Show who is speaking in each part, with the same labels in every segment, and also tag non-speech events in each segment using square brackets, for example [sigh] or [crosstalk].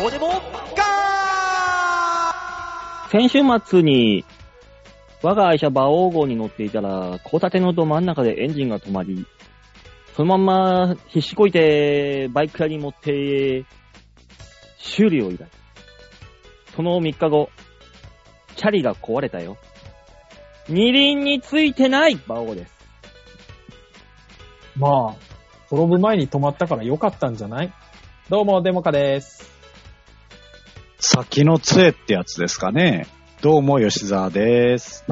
Speaker 1: どうでもガ
Speaker 2: 先週末に、我が愛車馬王号に乗っていたら、交差点のど真ん中でエンジンが止まり、そのまんま必死こいてバイク屋に持って、修理を依頼。その3日後、チャリが壊れたよ。二輪についてない馬王です。
Speaker 3: まあ、転ぶ前に止まったから良かったんじゃないどうも、デモカです。
Speaker 4: 先の杖ってやつですかね。どうも、吉沢です。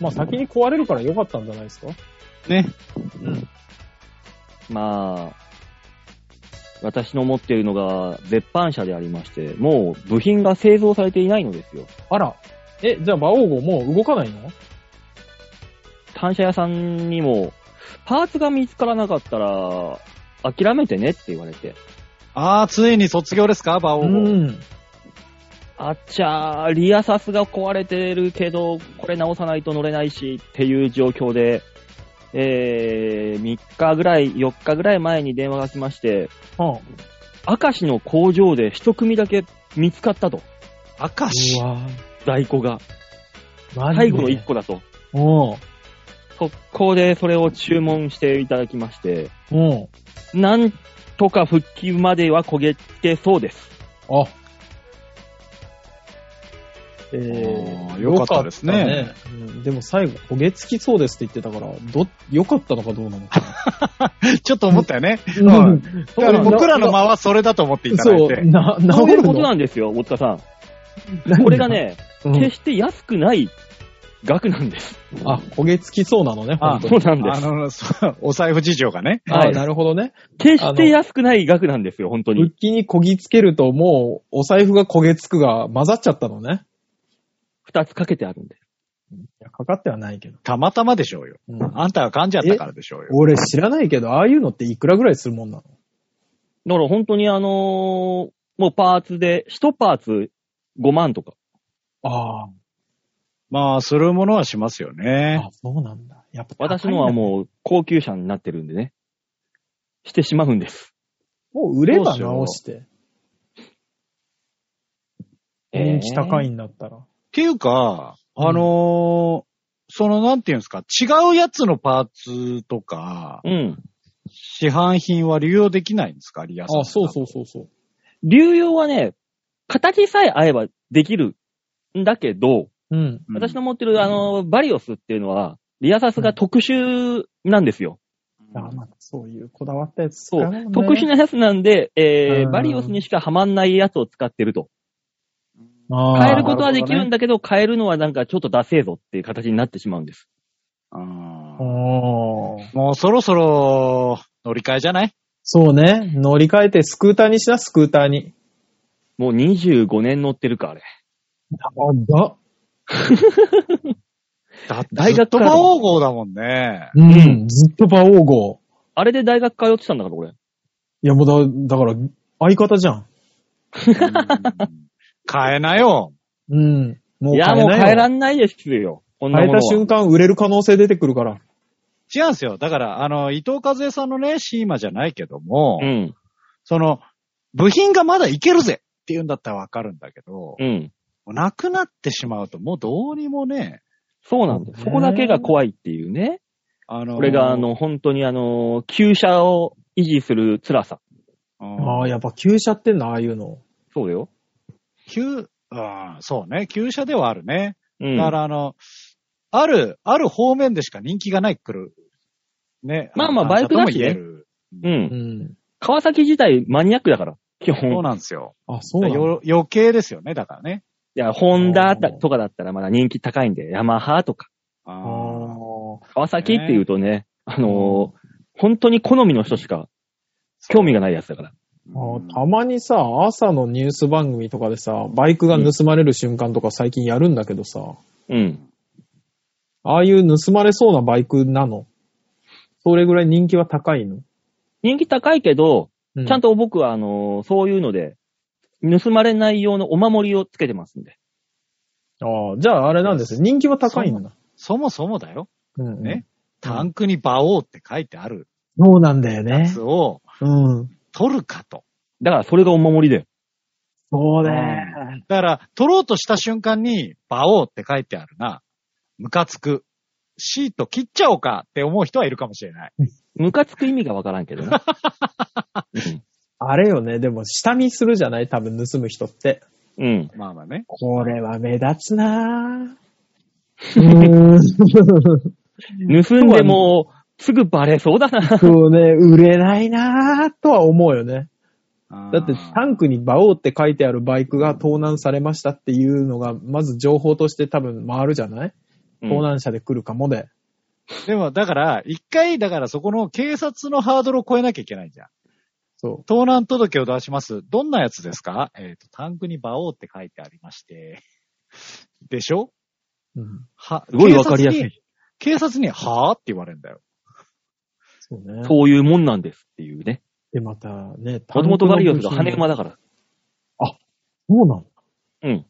Speaker 3: まあ、先に壊れるから良かったんじゃないですか
Speaker 4: ね。
Speaker 2: まあ、私の持っているのが絶版車でありまして、もう部品が製造されていないのですよ。
Speaker 3: あら、え、じゃあ、馬王号もう動かないの
Speaker 2: 単車屋さんにも、パーツが見つからなかったら、諦めてねって言われて、
Speaker 4: あー、ついに卒業ですか馬
Speaker 3: う
Speaker 4: 王号。
Speaker 3: ん。
Speaker 2: あっちゃー、リアサスが壊れてるけど、これ直さないと乗れないしっていう状況で、えー、3日ぐらい、4日ぐらい前に電話が来まして、
Speaker 3: はあ、
Speaker 2: 明石の工場で一組だけ見つかったと、
Speaker 4: 明石
Speaker 3: う。わ
Speaker 2: 在庫が。
Speaker 3: ぁ、マジ
Speaker 2: 最後の1個だと。
Speaker 3: 個。
Speaker 2: 速攻でそれを注文していただきまして、
Speaker 3: うん。うん。
Speaker 2: なんとか復帰までは焦げてそうです。
Speaker 3: あ。え
Speaker 4: あー良かったですね
Speaker 3: 良かったねうんでも最後、焦げつきそうですって言ってたから、ど、良かったのかどうなのかな。
Speaker 4: ちょっと思ったよね。
Speaker 3: うんん
Speaker 4: だから僕らの間はそれだと思っていただい
Speaker 3: そう、
Speaker 4: て。
Speaker 3: な、治
Speaker 2: そうい
Speaker 3: る
Speaker 2: うこと
Speaker 3: の
Speaker 2: なんですよ、大塚さん。
Speaker 3: 何
Speaker 2: これが、ね、
Speaker 3: うん
Speaker 2: 決して安くない額なんです。
Speaker 3: あ、焦げつきそうなのね、
Speaker 4: あ
Speaker 3: 本当
Speaker 2: そうなん
Speaker 3: に。
Speaker 2: で
Speaker 4: あ
Speaker 2: す。
Speaker 4: の、そうお財布事情がね。
Speaker 2: はい
Speaker 3: あなるほどね。
Speaker 2: 決して安くない額なんですよ、本当
Speaker 3: 復
Speaker 2: に。
Speaker 3: 帰にこぎつけるともう、お財布が焦げつくが混ざっちゃったのね。
Speaker 2: 二つかけてあるんで。
Speaker 3: いや、かかってはないけど。
Speaker 4: たまたまでしょうよ。
Speaker 3: うん
Speaker 4: あんたが噛んじゃったからでしょうよ。
Speaker 3: 俺知らないけど、ああいうのっていくらぐらいするもんなの
Speaker 2: だから本当にあのーもうパーツで、一パーツ5万とか。
Speaker 3: ああ
Speaker 4: まあ、するものはしますよね。
Speaker 3: あ、そうなんだ。やっぱ
Speaker 2: 私のはもう高級車になってるんでね。してしまうんです。
Speaker 3: う、もう売れ
Speaker 4: どう
Speaker 3: ば
Speaker 4: しよう
Speaker 3: 直して、人気高いんだったら。
Speaker 4: っていうか、あのーその、なんていうんですか、違うやつのパーツとか、
Speaker 2: えー。うん。
Speaker 4: 市販品は流用できないんですかリアさん。
Speaker 3: あ、そうそうそうそう。
Speaker 2: 流用はね、形さえ合えばできるんだけど、
Speaker 3: うん。
Speaker 4: うん。
Speaker 2: 私の持ってるあの、バリオスっていうのは、リアサスが特殊なんですよ。
Speaker 3: あまあ、そういうこだわったやつ
Speaker 2: そ
Speaker 3: 使
Speaker 2: うう
Speaker 3: もんね、。
Speaker 2: 特殊なやつなんで、え
Speaker 3: う
Speaker 2: ー、
Speaker 3: ん
Speaker 2: バリオスにしかはまんないやつを使ってると。
Speaker 3: あー
Speaker 2: 変えることはできるんだけど、変えるのはなんかちょっとダセえぞっていう形になってしまうんです。
Speaker 4: あー
Speaker 3: あー
Speaker 4: もうそろそろ乗り換えじゃない
Speaker 3: そうね。乗り換えてスクーターにしな、スクーターに。
Speaker 2: もう25年乗ってるか、あれ。
Speaker 3: あ、だ。
Speaker 4: だって
Speaker 2: 大
Speaker 4: ずっ
Speaker 2: 学
Speaker 4: と
Speaker 2: から
Speaker 4: 魔王号だもんね。
Speaker 3: うん、ずっと馬王号。
Speaker 2: あれで大学通ってたんだから、俺。
Speaker 3: いや、もうだ、だから、相方じゃん。
Speaker 4: 変えなよ。
Speaker 3: うん。もう
Speaker 2: い
Speaker 3: 変え
Speaker 2: や、
Speaker 3: ない
Speaker 2: もう
Speaker 3: よ
Speaker 2: 変えらんないですよ。こんな
Speaker 3: 変え
Speaker 2: もの
Speaker 3: た瞬
Speaker 2: は。
Speaker 3: 間、売れる可能性出てくるから。
Speaker 4: 違うんですよ。だから、あの、伊藤和恵さんのね、シーマじゃないけども、
Speaker 2: うん。
Speaker 4: その、部品がまだいけるぜっていうんだったらわかるんだけど、
Speaker 2: うん。
Speaker 4: なくなってしまうともうどうにもね、
Speaker 2: そうなんです。そこだけが怖いっていうね。
Speaker 4: あの、
Speaker 2: これが、あの、本当にあの、旧車を維持する辛さ。
Speaker 4: うん、
Speaker 3: ああ、やっぱ旧車ってんだ、ああいうの。
Speaker 2: そうだよ。
Speaker 4: 旧、うん、そうね、旧車ではあるね。
Speaker 2: うん。
Speaker 4: だからあの、ある、ある方面でしか人気がないくる。ね。
Speaker 2: まあまあバイクだしね
Speaker 4: 単車とも
Speaker 2: う。
Speaker 3: う
Speaker 4: 言える
Speaker 3: んん。
Speaker 2: 川崎自体マニアックだから、基本。
Speaker 4: そう
Speaker 2: い
Speaker 4: なんですよ。
Speaker 3: あ、そうなんだ
Speaker 4: よ余計ですよね、だからね。
Speaker 2: や、ホンダとかだったらまだ人気高いんで、ヤマハとか。
Speaker 3: あ
Speaker 4: あー
Speaker 3: ー
Speaker 2: 川崎っていうとね、あのー本当に好みの人しか興味がないやつだから。
Speaker 3: あー。たまにさ、朝のニュース番組とかでさ、バイクが盗まれる瞬間とか最近やるんだけどさ、
Speaker 2: うん。
Speaker 3: ああいう盗まれそうなバイクなの。それぐらい人気は高いの。
Speaker 2: 人気高いけど、
Speaker 3: う
Speaker 2: ちゃんと僕はあのーそういうので、盗まれない用のお守りをつけてますんで。
Speaker 3: ああ、じゃああれなんですよ。人気は高いんだ。
Speaker 4: そもそもだよ。
Speaker 3: うんうん
Speaker 4: ね。タンクに馬王って書いてある
Speaker 3: そうなんだよね
Speaker 4: や。つを
Speaker 3: うん。
Speaker 4: 取るかと。
Speaker 2: だからそれがお守りだよ。
Speaker 3: そう
Speaker 4: ね。だから、取ろうとした瞬間に、馬王って書いてあるな。ムカつく。シート切っちゃおうかって思う人はいるかもしれない。
Speaker 2: ムカつく意味がわからんけどな。
Speaker 3: あれよね、でも下見するじゃない多分盗む人って。
Speaker 2: うん。う
Speaker 4: [laughs]
Speaker 2: ん
Speaker 4: まあまあね。
Speaker 3: これは目立つなぁ。うーん。
Speaker 2: 盗んでも、すぐバレそうだな。
Speaker 3: [laughs] そうね、売れないなぁとは思うよね。だ
Speaker 4: だ
Speaker 3: ってタンクに馬王って書いてあるバイクが盗難されましたっていうのが、まず情報として多分回るじゃない盗難車で来るかもで。
Speaker 4: でも、だから、一回、だからそこの警察のハードルを超えなきゃいけないじゃん。
Speaker 3: そ
Speaker 4: 盗難届を出します。どんなやつですかえっ、と、タンクに馬王って書いてありまして。でしょ
Speaker 3: う。うん。
Speaker 4: は、
Speaker 2: すごいわかりやすい
Speaker 4: 警察に。警察に、はぁって言われるんだよ。
Speaker 3: そうね。
Speaker 2: そういうもんなんですっていうね。
Speaker 3: で、またね、
Speaker 2: もともとガリオスが羽馬
Speaker 3: だ。
Speaker 2: だから。
Speaker 3: そうなの
Speaker 2: うん。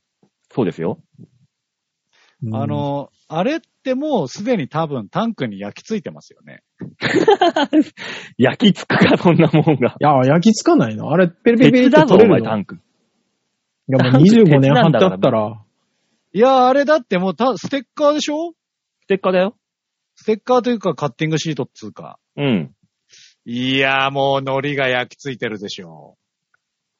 Speaker 2: そうですよ。 [laughs]
Speaker 3: うん
Speaker 4: あの、あれってもうすでに多分タンクに焼き付いてますよね。
Speaker 2: 焼きつくか、そんなもんが。
Speaker 3: いや、焼きつかないのあれ、ペリペリペリ
Speaker 2: 鉄
Speaker 3: って
Speaker 2: だぞ、
Speaker 3: 取
Speaker 2: お前
Speaker 3: れる
Speaker 2: タ
Speaker 3: のい
Speaker 2: ンク。
Speaker 3: や、もう25年貼
Speaker 2: 鉄な
Speaker 3: ってあ
Speaker 2: んだ
Speaker 3: った、
Speaker 2: から
Speaker 4: いやー、あれだってもうた、ステッカーでしょ
Speaker 2: ステッカーだよ。
Speaker 4: ステッカーというかカッティングシートっつうか。
Speaker 2: うん。
Speaker 4: いやー、もう糊が焼き付いてるでしょ。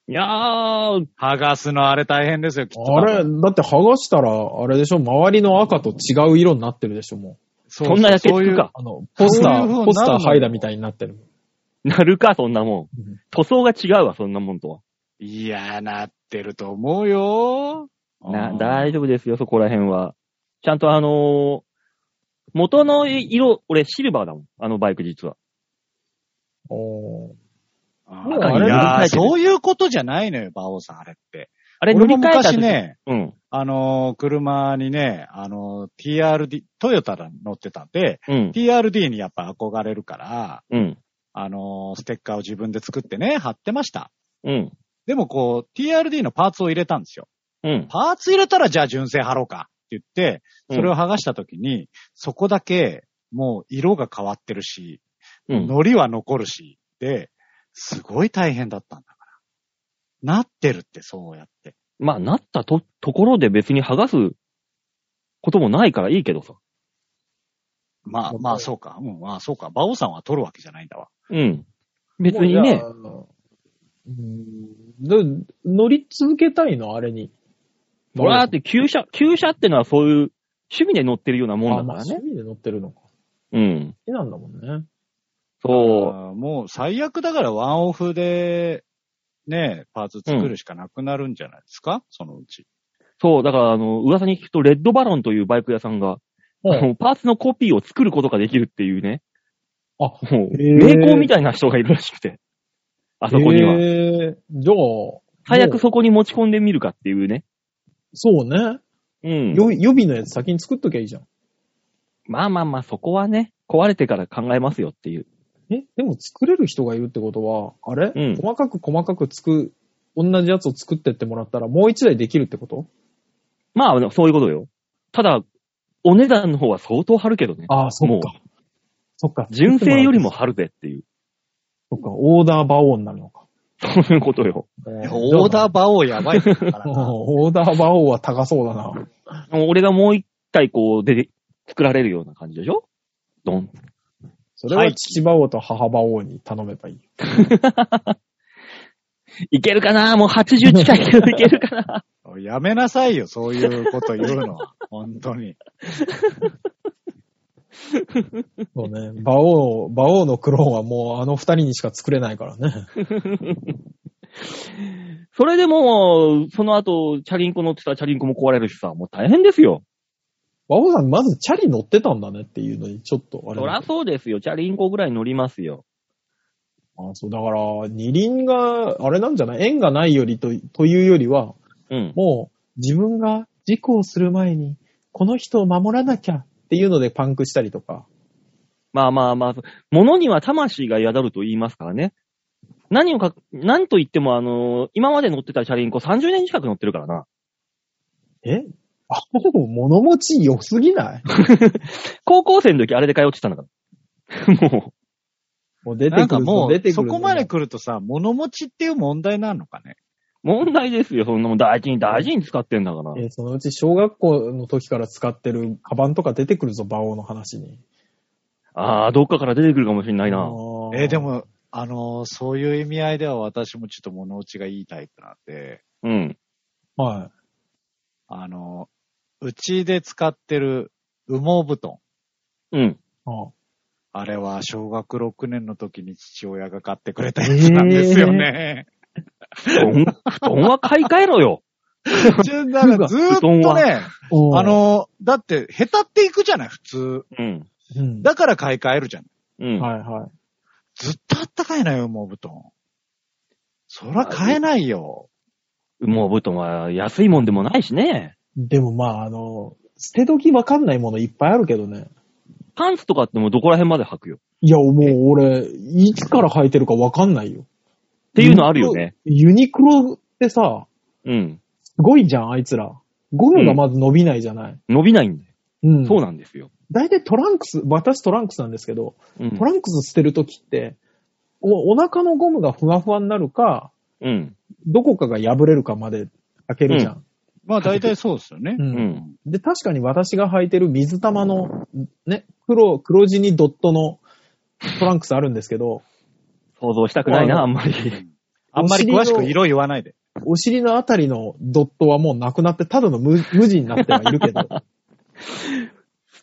Speaker 2: いやー、
Speaker 4: 剥がすのあれ大変ですよ、きっと。
Speaker 3: あれ、だって剥がしたら、あれでしょ周りの赤と違う色になってるでしょも
Speaker 4: そ
Speaker 2: そんな焼き
Speaker 4: そう
Speaker 2: つ
Speaker 4: い
Speaker 2: く
Speaker 4: う
Speaker 2: か。
Speaker 3: う。あの、ポスタ
Speaker 4: そういう風になる
Speaker 3: ー、
Speaker 4: の
Speaker 3: ポスター剥いだみたいになってる。
Speaker 2: なるか、そんなも
Speaker 3: うんん。
Speaker 2: 塗装が違うわ、そんなもんと
Speaker 4: いやー、なってると思うよ
Speaker 2: は。な、
Speaker 4: うん
Speaker 2: 大丈夫ですよ、そこら辺は。ちゃんとあのー元の色、俺シルバーだもん。あのバイク実は。
Speaker 3: おー
Speaker 4: うん
Speaker 3: あ
Speaker 4: い
Speaker 3: れ
Speaker 4: やー
Speaker 2: 塗り替えてる
Speaker 4: そういうことじゃないのよ、馬王さん、あれって。
Speaker 2: あれ塗
Speaker 4: 俺
Speaker 2: り
Speaker 4: も
Speaker 2: 替えた
Speaker 4: 昔
Speaker 2: 時
Speaker 4: ね、
Speaker 2: うん。
Speaker 4: あのー車にね、あのー TRD、トヨタ乗ってたんで、
Speaker 2: うん。
Speaker 4: TRD にやっぱ憧れるから、
Speaker 2: うん。
Speaker 4: あのーステッカーを自分で作ってね、貼ってました。
Speaker 2: うん。
Speaker 4: でもこう、TRD のパーツを入れたんですよ。
Speaker 2: うん。
Speaker 4: パーツ入れたらじゃあ純正貼ろうかって言って、それを剥がした時に、そこだけもう色が変わってるし、
Speaker 2: うん。
Speaker 4: 糊は残るし、で、すごい大変だったんだから。なってるって、そうやって。
Speaker 2: まあ、なったと、ところで別に剥がすこともないからいいけどさ。
Speaker 4: まあまあ、そうか。うん、まあそうか。馬王さんは取るわけじゃないんだわ。
Speaker 2: うん。別にね。
Speaker 3: もうじゃあ。うんで乗り続けたいのあれに。
Speaker 2: 俺だって旧車、旧車ってのはそういう趣味で乗ってるようなも
Speaker 3: あ、
Speaker 2: んだ
Speaker 3: まあ
Speaker 2: から
Speaker 3: 趣
Speaker 2: ね。
Speaker 3: 味で乗ってるのか。好
Speaker 2: うん。
Speaker 3: きなんだもんね。
Speaker 2: そう。
Speaker 4: あーもう最悪だからワンオフで、ね、パーツ作るしかなくなるんじゃないですか、そのうち。
Speaker 2: そう。だから、あの、噂に聞くと、レッドバロンというバイク屋さんが、あのパーツのコピーを作ることができるっていうね。
Speaker 3: あ
Speaker 2: もう、
Speaker 3: へー
Speaker 2: 名工みたいな人がいるらしくて。あ [laughs] そこには。
Speaker 3: えー、じゃあ、
Speaker 2: 最悪そこに持ち込んでみるかっていうね。
Speaker 3: そうね。
Speaker 2: うん。
Speaker 3: よ予備のやつ先に作っときゃいいじゃん。
Speaker 2: まあまあまあ、そこはね、壊れてから考えますよっていう。
Speaker 3: え、でも作れる人がいるってことは、あれ、
Speaker 2: うん
Speaker 3: 細かく細かく作、同じやつを作ってってもらったらもう一台できるってこと
Speaker 2: まあ、そういうことよ。ただ、お値段の方は相当張るけどね。
Speaker 3: [laughs] ああ、そ
Speaker 2: も
Speaker 3: っ
Speaker 2: う
Speaker 3: か。そっか。
Speaker 2: 純正よりも
Speaker 3: 作
Speaker 2: 張るぜっていう。
Speaker 3: ってもらうと。そっか、オーダー馬王になるのか。
Speaker 2: そういうことよ。
Speaker 4: いやオーダ
Speaker 3: ー
Speaker 4: ー馬王やばいからな
Speaker 3: オーダー馬王は高そうだな。
Speaker 2: 俺がもう一体こう、出て、作られるような感じでしょドン。
Speaker 3: それは父馬王と母馬王に頼めばいい。
Speaker 2: いけるかなもう80近いけどいける
Speaker 3: [laughs]
Speaker 2: かな
Speaker 4: [laughs] やめなさいよ、そういうこと言うのは。本当に。
Speaker 3: そうね。 [laughs] 馬王、馬王のクローンはもうあの二人にしか作れないからね。 [laughs]
Speaker 2: それでもう、その後、チャリンコ乗ってたらチャリンコも壊れるしさ、もう大変ですよ。
Speaker 3: 馬王さんまずチャリ乗ってたんだねっていうのにちょっとあれ。
Speaker 2: そらそうですよ。チャリンコぐらい乗りますよ。
Speaker 3: あそう、だから、二輪が、あれなんじゃない縁がないよりと、というよりは、
Speaker 2: うん。
Speaker 3: もう、自分が事故をする前に、この人を守らなきゃっていうのでパンクしたりとか。
Speaker 2: まあまあまあ、物には魂が宿ると言いますからね。何をか、何と言ってもあの今まで乗ってたチャリンコ30年近く乗ってるからな。
Speaker 3: えあ、ほぼ物持ち良すぎない
Speaker 2: [laughs] 高校生の時あれで通ってたんだから。もう、
Speaker 3: もう出
Speaker 4: な
Speaker 3: て
Speaker 4: ん
Speaker 3: く
Speaker 4: か
Speaker 3: る
Speaker 4: も
Speaker 3: ぞ、出て
Speaker 4: う、
Speaker 3: く
Speaker 4: そ
Speaker 3: るぞ。
Speaker 4: こまで来るとさ、物持ちっていう問題なのかね。
Speaker 2: 問題ですよ、そんなもん大事に大事に使ってんだから。
Speaker 3: えーそのうち小学校の時から使ってるカバンとか出てくるぞ、馬王の話に。
Speaker 2: ああ、どっかから出てくるかもしれないな。
Speaker 4: えーで
Speaker 3: も、
Speaker 4: も、あのーそういう意味合いでは私もちょっと物持ちがいいタイプなんで、
Speaker 2: うん。
Speaker 3: は
Speaker 4: あのーうちで使ってる羽毛布団。
Speaker 2: うん。
Speaker 3: い。あ
Speaker 4: あれは小学6年の時に父親が買ってくれたやつなんですよね。
Speaker 2: 布団、布団は買い替えろよ。
Speaker 4: ちだからずーっと
Speaker 2: 布団
Speaker 4: ね、
Speaker 3: あ
Speaker 4: あ、のーだって、へたっていくじゃない、普通。
Speaker 2: うん。
Speaker 3: うん、
Speaker 4: だから買い替えるじゃん。
Speaker 2: うん。
Speaker 3: はいはい。
Speaker 4: ずっとあったかいなよ、羽毛布団。そら買えないよ。
Speaker 2: もう布団は安いもんでもないしね。
Speaker 3: でもまあ、あの、捨て時わかんないものいっぱいあるけどね。
Speaker 2: パンツとかってもうどこら辺まで履くよ。っ
Speaker 3: いや、もう俺、いつから履いてるかわかんないよ。って
Speaker 2: いうのあるよね。。
Speaker 3: ユニクロってさ、
Speaker 2: うん。
Speaker 3: すごいじゃん、あいつら。ゴムがまず伸びないじゃない。
Speaker 2: 伸びないんだよ。
Speaker 3: うん。
Speaker 2: そう
Speaker 3: だ。
Speaker 2: なんですよ。
Speaker 3: 大体トランクス、私トランクスなんですけど、
Speaker 2: うん
Speaker 3: ト。ランクス捨てるときって、お、お腹のゴムがふわふわになるか、
Speaker 2: うん。
Speaker 3: どこかが破れるかまで開けるじゃん。
Speaker 4: まあ大体そうですよね
Speaker 3: う。。
Speaker 2: うんん。
Speaker 3: で、確かに私が履いてる水玉の、ね、黒、黒地にドットのトランクスあるんですけど、
Speaker 2: 想像したくないな、あんま
Speaker 4: う
Speaker 2: り。 [laughs]
Speaker 4: んあんまり詳しく色言わないで。
Speaker 3: お尻のあたりのドットはもうなくなって、ただの無無地になってはいるけ
Speaker 2: [laughs]
Speaker 3: ど、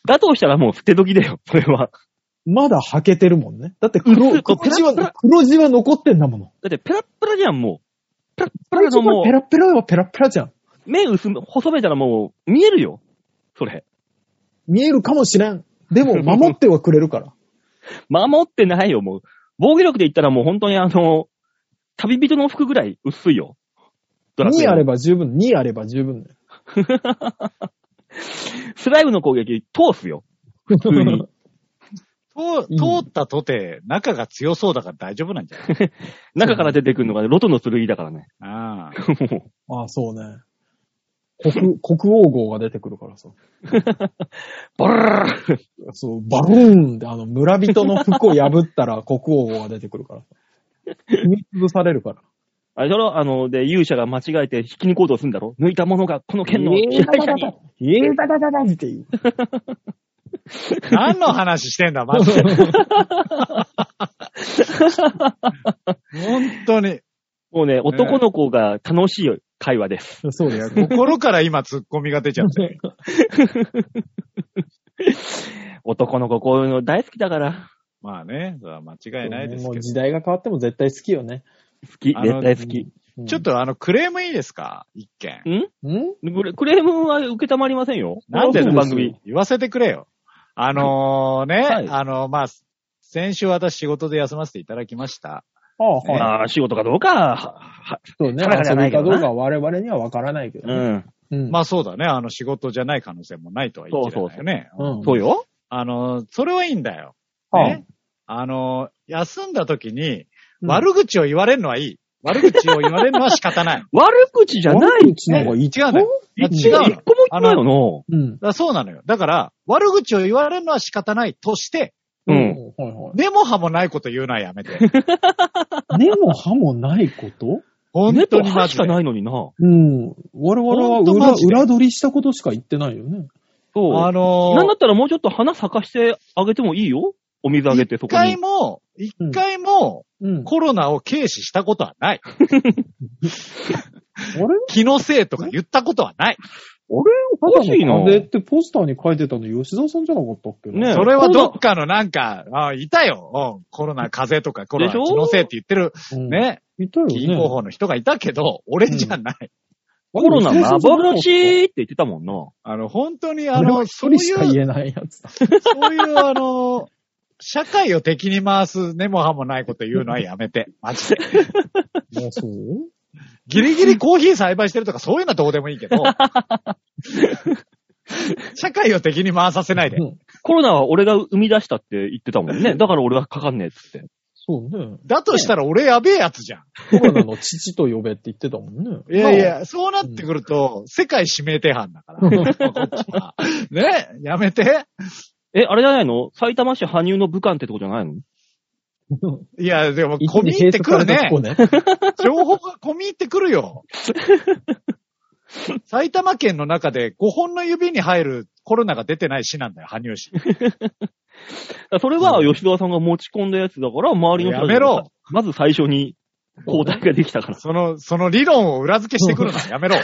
Speaker 2: だとしたらもう捨て時だよ、それは。
Speaker 3: まだ履けてるもんね。だって黒、
Speaker 2: こう
Speaker 3: 黒字
Speaker 2: ペラ
Speaker 3: は、黒字は残ってんだもの。
Speaker 2: だってペラッペラじゃん、もう。ペラッペ
Speaker 3: 黒
Speaker 2: ラ
Speaker 3: 字
Speaker 2: の
Speaker 3: は
Speaker 2: も
Speaker 3: ペラペラはペラペラじゃん。
Speaker 2: う、目薄め、細めたらもう、見えるよ。それ。
Speaker 3: 見えるかもしれん。でも、守ってはくれるから。
Speaker 2: 守ってないよ、もう。防御力で言ったらもう本当にあの、旅人の服ぐらい薄いよ。ドラクエ
Speaker 3: 2
Speaker 2: の
Speaker 3: あれば十分、2あれば十分だよ。
Speaker 2: スライムの攻撃通すよ。
Speaker 3: 普
Speaker 2: 通に。
Speaker 4: と
Speaker 3: うん
Speaker 4: 通ったとて、中が強そうだから大丈夫なんじゃない
Speaker 2: 中から出てくるのがねロトの剣だからね。
Speaker 4: ああ。
Speaker 2: も
Speaker 3: [laughs] ああ、そうね。国、国王号が出てくるからさ。
Speaker 2: う、バラー
Speaker 3: そう、バルーンで、あの、村人の服を破ったら国王号が出てくるからさ。踏み潰されるから。
Speaker 2: あれだろあの、で、勇者が間違えて引きに行動するんだろ抜いたものがこの剣の支配者に。
Speaker 3: イエーダダダダっていう。
Speaker 4: [laughs] 何の話してんだ、マジで。本当に。
Speaker 2: もうね、男の子が楽しい会話です。
Speaker 3: [laughs] そうです。
Speaker 4: 心から今突っ込みが出ちゃって。
Speaker 2: 男の子こういうの大好きだから。
Speaker 4: [laughs] まあね、それは間違いないです
Speaker 3: も
Speaker 4: け
Speaker 3: う
Speaker 4: ど。
Speaker 3: 時代が変わっても絶対好きよね。
Speaker 2: 好き、
Speaker 4: あの
Speaker 2: 絶対好き。
Speaker 3: うん
Speaker 4: ちょっ。とあの、クレームいいですか一件。
Speaker 3: うん
Speaker 2: クレクレームは受けたまりませんよ。
Speaker 4: なんで
Speaker 2: こ
Speaker 4: だ
Speaker 2: の番組。
Speaker 4: 言わせてくれよ。あのーね、
Speaker 2: はい
Speaker 4: あのーまあ、先週私仕事で休ませていただきました。
Speaker 3: ああ、はい。
Speaker 2: ああ、仕事かどうか、は、
Speaker 3: そうね。
Speaker 2: 定かじゃ
Speaker 3: 遊
Speaker 2: な
Speaker 3: び
Speaker 2: いけ
Speaker 3: か
Speaker 2: ど
Speaker 3: ど
Speaker 2: な
Speaker 3: うかは我々には分からないけど
Speaker 2: う
Speaker 3: ね。
Speaker 2: ん。
Speaker 3: うん
Speaker 4: まあそうだね、あの仕事じゃない可能性もないとは言い切れないよね。
Speaker 3: うん
Speaker 2: そうよ。
Speaker 4: あのーそれはいいんだよ。
Speaker 3: はあ
Speaker 4: ね。あのー休んだ時に、
Speaker 3: うん
Speaker 4: 悪口を言われるのはいい。悪口を言われるのは仕方ない。
Speaker 2: 悪口じゃない。
Speaker 3: 悪口の方がいい
Speaker 4: 違うんだよ。違う
Speaker 2: 一個
Speaker 4: の。
Speaker 2: も
Speaker 4: だ
Speaker 2: 言
Speaker 4: か
Speaker 2: ってないよ
Speaker 3: うん。
Speaker 4: らそうなのよ。だから、悪口を言われるのは仕方ないとして、
Speaker 2: な。うん。
Speaker 3: はいは
Speaker 4: 根も葉もないこと言うのはやめて。
Speaker 3: い。根も葉もないこと
Speaker 4: 本
Speaker 2: 根
Speaker 4: 当
Speaker 2: と
Speaker 4: にマ
Speaker 2: 葉
Speaker 4: ジ
Speaker 2: し
Speaker 4: で
Speaker 2: か。ないのにな。
Speaker 3: うん。我々は
Speaker 4: ほんとマ
Speaker 3: 裏
Speaker 4: ジで
Speaker 3: 裏取りしたことしか言ってないよね。
Speaker 2: そ
Speaker 4: あ
Speaker 2: う。
Speaker 4: のー
Speaker 2: なんだったらもうちょっと花咲かしてあげてもいいよ。お水あげてそ
Speaker 4: 一
Speaker 2: こ
Speaker 4: 回
Speaker 2: に。
Speaker 4: も、一回も
Speaker 3: うん。
Speaker 4: コロナを軽視したことはない。
Speaker 3: あれ
Speaker 4: 気のせいとか言ったことはない。
Speaker 3: あれ
Speaker 2: おかしいな
Speaker 3: ただの風ってポスターに書いてたの吉田さんじゃなかったっけ
Speaker 2: ねえ
Speaker 4: それはどっかのなんか、あいたよ、うんコロナ風邪とかコロナ
Speaker 2: でしょ
Speaker 4: 気のせいって言ってる、
Speaker 3: うん。
Speaker 4: ね、
Speaker 3: いたよ
Speaker 4: 議員候
Speaker 3: ね。
Speaker 4: 補の人がいたけど、俺じゃない。
Speaker 2: コロナ
Speaker 3: 俺
Speaker 2: 幻って言ってたもんな。
Speaker 4: あの、本当に、あ
Speaker 3: は
Speaker 4: の、
Speaker 3: 一
Speaker 4: そう
Speaker 3: 人
Speaker 4: い
Speaker 3: しか
Speaker 4: う、
Speaker 3: 言えないやつだ。
Speaker 4: そういう、あの、社会を敵に回す根も葉もないこと言うのはや
Speaker 3: [laughs]
Speaker 4: めて。マジで。
Speaker 3: もうそう
Speaker 4: ギリギリコーヒー栽培してるとかそういうのはどうでもい
Speaker 3: [laughs]
Speaker 4: いけど。社会を敵に回させないで。
Speaker 3: うん
Speaker 2: コロナは俺が生み出したって言ってたもん
Speaker 4: [laughs]
Speaker 2: ね。だから俺はかかんねえっつって。
Speaker 3: そうね。
Speaker 4: だとしたら俺やべえやつじゃん。
Speaker 3: コロナの父と呼べって言ってたもんね。
Speaker 4: いやいや、そうなってくると、世界指名手配だから。こっち
Speaker 3: [laughs]
Speaker 4: は。ねやめて。
Speaker 2: え、あれじゃないの埼玉市羽生の武漢ってとこじゃないの
Speaker 4: いや、でも、
Speaker 3: 一
Speaker 4: 込み
Speaker 3: 時閉
Speaker 4: 入ってくる
Speaker 3: 鎖
Speaker 4: ね
Speaker 3: された。とこね。
Speaker 4: 情報が込み入ってくるよ。埼玉県の中で5本の指に入るコロナが出てない市なんだよ、羽生市。
Speaker 2: それは吉沢さんが持ち込んだやつだから、周りの人
Speaker 4: や
Speaker 2: たちが
Speaker 4: めろ
Speaker 2: まず最初に交代ができたから。
Speaker 4: その、その理論を裏付けしてくるのはやめろ。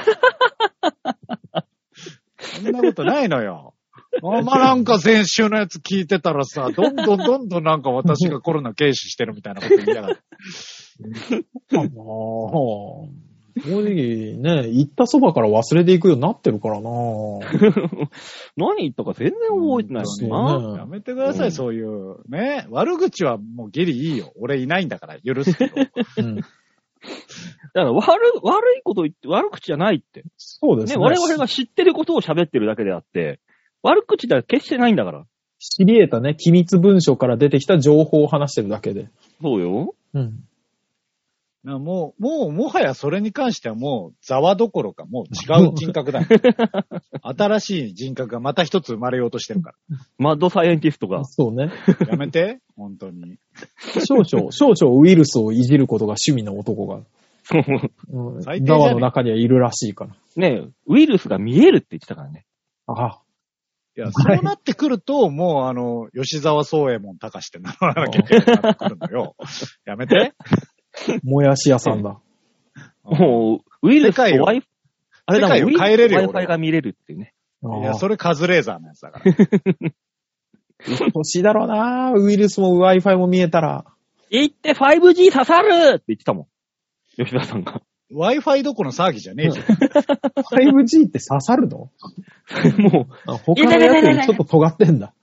Speaker 4: そんなことないのよ。あまあ、なんか先週のやつ聞いてたらさ、どんどんどんどんなんか私がコロナ軽視してるみたいなこと言いやがって。
Speaker 3: まあ、 [laughs] 正直ね、行ったそばから忘れていくようになってるからな。
Speaker 2: [laughs] 何言ったか全然覚えてない
Speaker 3: そ
Speaker 2: の
Speaker 3: う
Speaker 2: にな。
Speaker 4: や
Speaker 3: ね。
Speaker 4: めてくださ
Speaker 2: う
Speaker 4: い、
Speaker 2: ん
Speaker 4: そういう。ね。悪口はもうギリいいよ。俺いないんだから許すけど。
Speaker 3: うん
Speaker 2: だから悪い、悪いこと言って、悪口じゃないって。
Speaker 3: そうです
Speaker 2: ね、
Speaker 3: ね。
Speaker 2: 我々が知ってることを喋ってるだけであって、悪口では決してないんだから。
Speaker 3: 知り得たね、機密文書から出てきた情報を話してるだけで。
Speaker 2: そうよ。
Speaker 3: うん。
Speaker 4: なもう、もう、もはやそれに関してはもう、ざわどころか、もう違う
Speaker 2: [laughs]
Speaker 4: 人格だよ。新しい人格がまた一つ生まれようとしてるか
Speaker 2: マッドサイエンティストが。
Speaker 3: そうね。
Speaker 4: ら。やめて、本当に。
Speaker 3: 少々、 [laughs] 少々ウイルスをいじることが趣味の男が、
Speaker 2: そう
Speaker 3: うん、
Speaker 4: 最低じ
Speaker 3: ダ
Speaker 4: ゃね
Speaker 3: ワの中にはいるらしいから。
Speaker 2: [laughs] ね、ウイルスが見えるって言ってたからね。
Speaker 3: あ
Speaker 4: いや、そうなってくると、もう、あの、吉沢宗右衛門隆って名乗らなきゃいけなくなってくるのよ。やめて。
Speaker 3: もやし屋さんだ。
Speaker 2: [laughs] もう、ウイルスと
Speaker 4: 世界を
Speaker 2: Wi-Fi、あれだもん、
Speaker 4: 世界を
Speaker 2: ウイルスと
Speaker 4: 変えれるよ俺
Speaker 2: Wi-Fi が見れるっていうね。
Speaker 4: い
Speaker 3: あ
Speaker 4: や、
Speaker 3: あ
Speaker 4: それカズレーザーのやつだから。
Speaker 3: 年だろうなウイルスも Wi-Fi も見えたら。
Speaker 2: 行って 5G 刺さるって言ってたもん。吉田さん [laughs] が。
Speaker 4: Wi-Fi どこの騒ぎじゃね
Speaker 2: [laughs]
Speaker 4: えじゃん。
Speaker 3: 5G って刺さるの
Speaker 2: も
Speaker 3: あ他のやつよりちょっと尖って
Speaker 2: [laughs]
Speaker 3: んだ。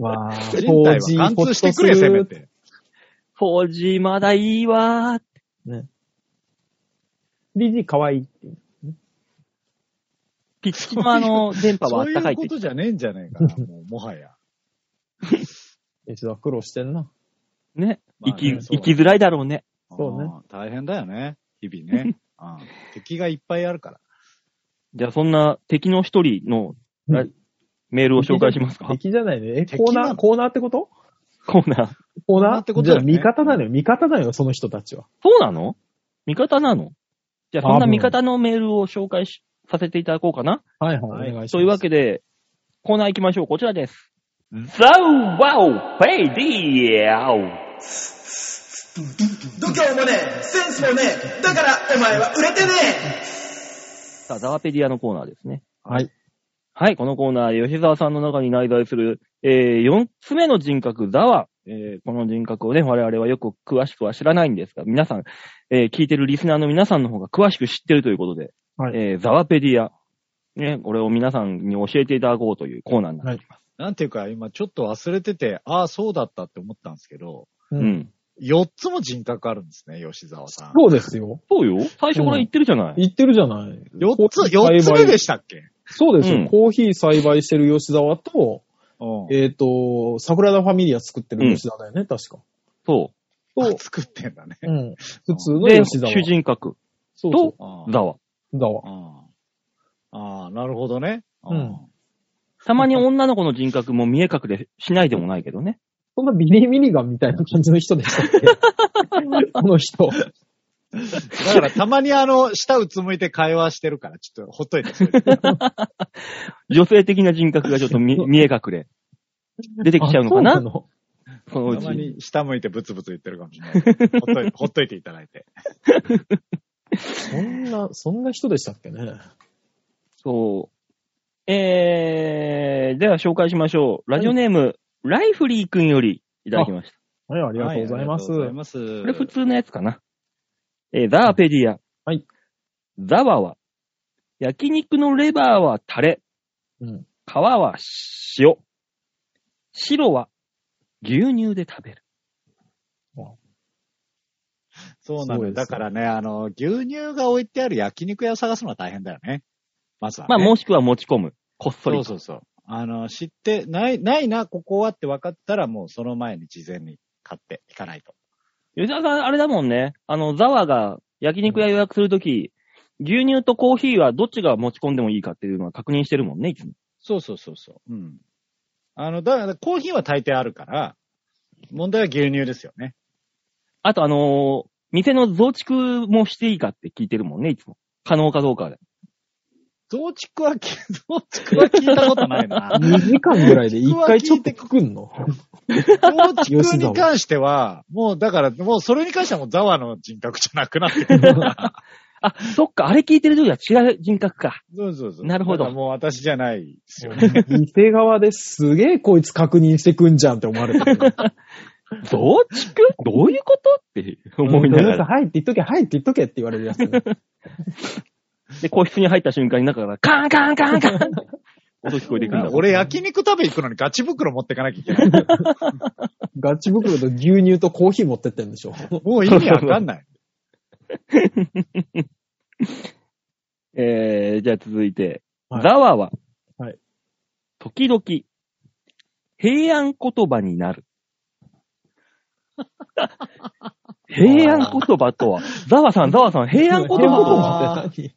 Speaker 3: わあ、
Speaker 4: 人体は貫通してくれ、せめて。
Speaker 2: う、4G まだいいわー。
Speaker 3: DG 可愛いっていう。
Speaker 2: ピッチマの電波は
Speaker 4: そ
Speaker 2: あ
Speaker 4: う
Speaker 2: っ
Speaker 4: い
Speaker 2: たかいうって言って。
Speaker 4: ことじゃねえんじゃねえかな、もう、もはや。
Speaker 3: 吉田苦労してんな。
Speaker 2: ね。
Speaker 4: ま
Speaker 2: 生
Speaker 4: あ
Speaker 2: き、
Speaker 4: ね
Speaker 2: 生きづらいだろうね。
Speaker 3: そうね
Speaker 4: あー大変だよね。日々
Speaker 3: [laughs]
Speaker 4: ね。うん敵がいっぱいあるから。
Speaker 2: じゃあそんな敵の一人の、あ
Speaker 3: うん
Speaker 2: メールを紹介しますか
Speaker 3: 敵じゃないね。え、
Speaker 4: 敵
Speaker 3: コー
Speaker 4: な
Speaker 3: ナー、
Speaker 4: の
Speaker 3: コーナーってこと
Speaker 2: コーナー。
Speaker 3: コー
Speaker 4: コー
Speaker 3: ナ
Speaker 4: ナ
Speaker 3: ー
Speaker 4: ー
Speaker 3: っ
Speaker 4: ってて
Speaker 3: こ
Speaker 4: ことと
Speaker 3: じゃ
Speaker 4: だ
Speaker 3: あ
Speaker 4: よね
Speaker 3: 味方なのよ。味方なのよ、その人たちは。
Speaker 2: そうなの味方なのじゃあそん
Speaker 3: 多
Speaker 2: な
Speaker 3: 分
Speaker 2: 味方のメールを紹介しさせていただこうかな。
Speaker 3: はい
Speaker 4: は
Speaker 3: はい、
Speaker 4: い
Speaker 3: お願いします。
Speaker 2: というわけで、コーナー行きましょう。こちらです
Speaker 4: ん。
Speaker 2: ザウワウペディアウ
Speaker 1: 度胸もねえ、センスもねえ、だからお前は売れてねえ
Speaker 2: さあ、ザワペディアのコーナーですね。
Speaker 3: はい。
Speaker 2: はい、このコーナー、吉沢さんの中に内在する、えー、4つ目の人格、ザワ。えー、この人格をね、我々はよく詳しくは知らないんですが、皆さん、えー、聞いてるリスナーの皆さんの方が詳しく知ってるということで、
Speaker 3: はい
Speaker 2: えー、ザワペディア。ね、これを皆さんに教えていただこうというコーナーになっています。
Speaker 4: なんていうか、今ちょっと忘れてて、ああ、そうだったって思ったんですけど、
Speaker 3: はい
Speaker 2: う
Speaker 3: う
Speaker 2: んん。
Speaker 4: 4つも人格あるんですね、吉沢さん。
Speaker 3: そうですよ。
Speaker 2: そうよ。最初から言ってるじゃない。
Speaker 3: 言ってるじゃない。
Speaker 4: 4つ、4つ目でしたっけ
Speaker 3: そうですよ、
Speaker 2: うん
Speaker 3: コーヒー栽培してる吉沢と、
Speaker 4: うん。
Speaker 3: えっ、と、桜田ファミリア作ってる吉沢だよね、確か。
Speaker 2: そ
Speaker 3: と、
Speaker 4: 作ってんだね。
Speaker 3: うん、普通
Speaker 2: う。
Speaker 3: の
Speaker 2: で、
Speaker 3: 吉沢。
Speaker 2: 主人格、
Speaker 3: そうそ
Speaker 4: あ
Speaker 2: ザワ。
Speaker 3: う。だわ。
Speaker 4: あああ、なるほどね。
Speaker 3: うん
Speaker 2: たまに女の子の人格も見え隠れしないでもないけどね。
Speaker 3: そんなビリー・ミリガンみたいな感じの人でしたっけこの人。
Speaker 4: だからたまにあの、下うつむいて会話してるから、ちょっとほっといて。それ
Speaker 3: [laughs]
Speaker 4: で
Speaker 2: 女性的な人格がちょっと見見え隠れ。出てきちゃうのか
Speaker 3: あそ
Speaker 2: な
Speaker 3: の
Speaker 2: そのう
Speaker 4: た
Speaker 2: ち
Speaker 4: ま。に下向いてブツブツ言ってるかもしれない。ほっといほっといていただいて。
Speaker 3: そんな、そんな人でしたっけね。
Speaker 2: そう。えー、では紹介しましょう。ラジオネーム、ライフリーくんよりいただきました。
Speaker 3: はい、 [laughs] ありがとうございます。
Speaker 4: はいありがとうございます。
Speaker 2: これ普通のやつかな。えー、ザーペディア。
Speaker 3: はい。
Speaker 2: ザワは、焼肉のレバーはタレ、
Speaker 3: うん。
Speaker 2: 皮は塩、白は牛乳で食べる。
Speaker 4: そう
Speaker 3: そ
Speaker 4: なん
Speaker 3: うで
Speaker 4: だ
Speaker 3: す
Speaker 4: よ。
Speaker 3: ね
Speaker 4: だからね、あの、牛乳が置いてある焼肉屋探すのは大変だよね。まずは、ね。
Speaker 2: まあ、もしくは持ち込む。こっそ
Speaker 4: そ
Speaker 2: り
Speaker 4: う。そうそう。あの、知って、ない、ないな、ここはって分かったら、もうその前に事前に買っていかないと。
Speaker 2: 吉田さん、あれだもんね。あの、ザワが焼肉屋予約するとき、牛乳とコーヒーはどっちが持ち込んでもいいかっていうのは確認してるもんね、いつも。
Speaker 4: そうそうそうそう。うん。あの、だから、コーヒーは大抵あるから、問題は牛乳ですよね。
Speaker 2: あとあのー店の増築もしていいかって聞いてるもんね、いつも。可能かどうかで。
Speaker 4: 増築はき、 [laughs] 増築は聞いたことないな。
Speaker 3: 2時間ぐらいで1回ちょっとくくんの
Speaker 4: 増築に関しては、もうだから、もうそれに関してはもうザワの人格じゃなくなってくる。
Speaker 2: あ、そっか、あれ聞いてる時は違う人格か。
Speaker 4: そうそうそ
Speaker 2: [laughs]
Speaker 4: う。
Speaker 2: なるほど
Speaker 4: だからもう私じゃないですよね。
Speaker 3: 店側ですげえこいつ確認してくんじゃんって思われてる。
Speaker 2: 増築どういうことって思いながら。
Speaker 3: はいって言っとけ、はいって言っとけって言われるやつ、ね。
Speaker 2: で、個室に入った瞬間に中からカンカンカンカンって [laughs] 音聞こえてくるんだもん。
Speaker 4: 俺焼肉食べ行くのにガチ袋持ってかなきゃいけ [laughs] ない。
Speaker 3: ガチ袋と牛乳とコーヒー持ってってんでしょ。
Speaker 4: もう意味わかん [laughs] ない。
Speaker 2: えー、じゃあ続いて、
Speaker 3: はい
Speaker 2: ザワは、
Speaker 3: はい
Speaker 2: 時々、平安言葉にな [laughs] る。平安言葉とは、ザワさん、ザワさん、平安言葉
Speaker 3: [laughs]
Speaker 2: とは、
Speaker 4: 葉
Speaker 3: って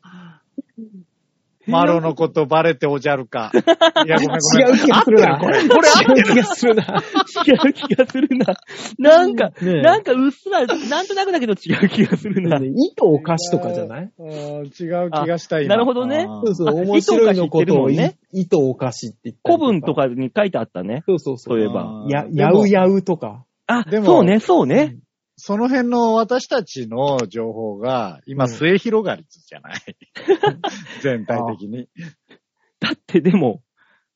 Speaker 4: マロのことバレておじゃる [laughs] か。いや、ごめんごめん。
Speaker 3: 何違う気がするな。これ合ってる気がするな。
Speaker 2: 違う気がするな。なんか、
Speaker 3: ねえ
Speaker 2: なんかうっすら、なんとなくだけど違 [laughs] う気がするな。
Speaker 3: 糸お菓子とかじゃない
Speaker 4: あー違う気がしたい
Speaker 2: なるほどね
Speaker 3: そうそう、
Speaker 2: あ
Speaker 3: 面白いのこ
Speaker 2: 糸お菓子言って
Speaker 3: とを
Speaker 2: るもん
Speaker 3: い
Speaker 2: ね
Speaker 3: 糸お菓子って言ったり
Speaker 2: 古文と。かに書いてあったね。
Speaker 3: そうそうそ
Speaker 2: そう
Speaker 3: う。
Speaker 2: いえば。
Speaker 3: や、やう。やうとか。
Speaker 2: あ、
Speaker 4: でも
Speaker 2: そうね、そうね。
Speaker 4: その辺の私たちの情報が、今、
Speaker 3: うん
Speaker 4: 末広がりじゃない。
Speaker 3: [laughs]
Speaker 4: 全体的に。
Speaker 2: だってでも、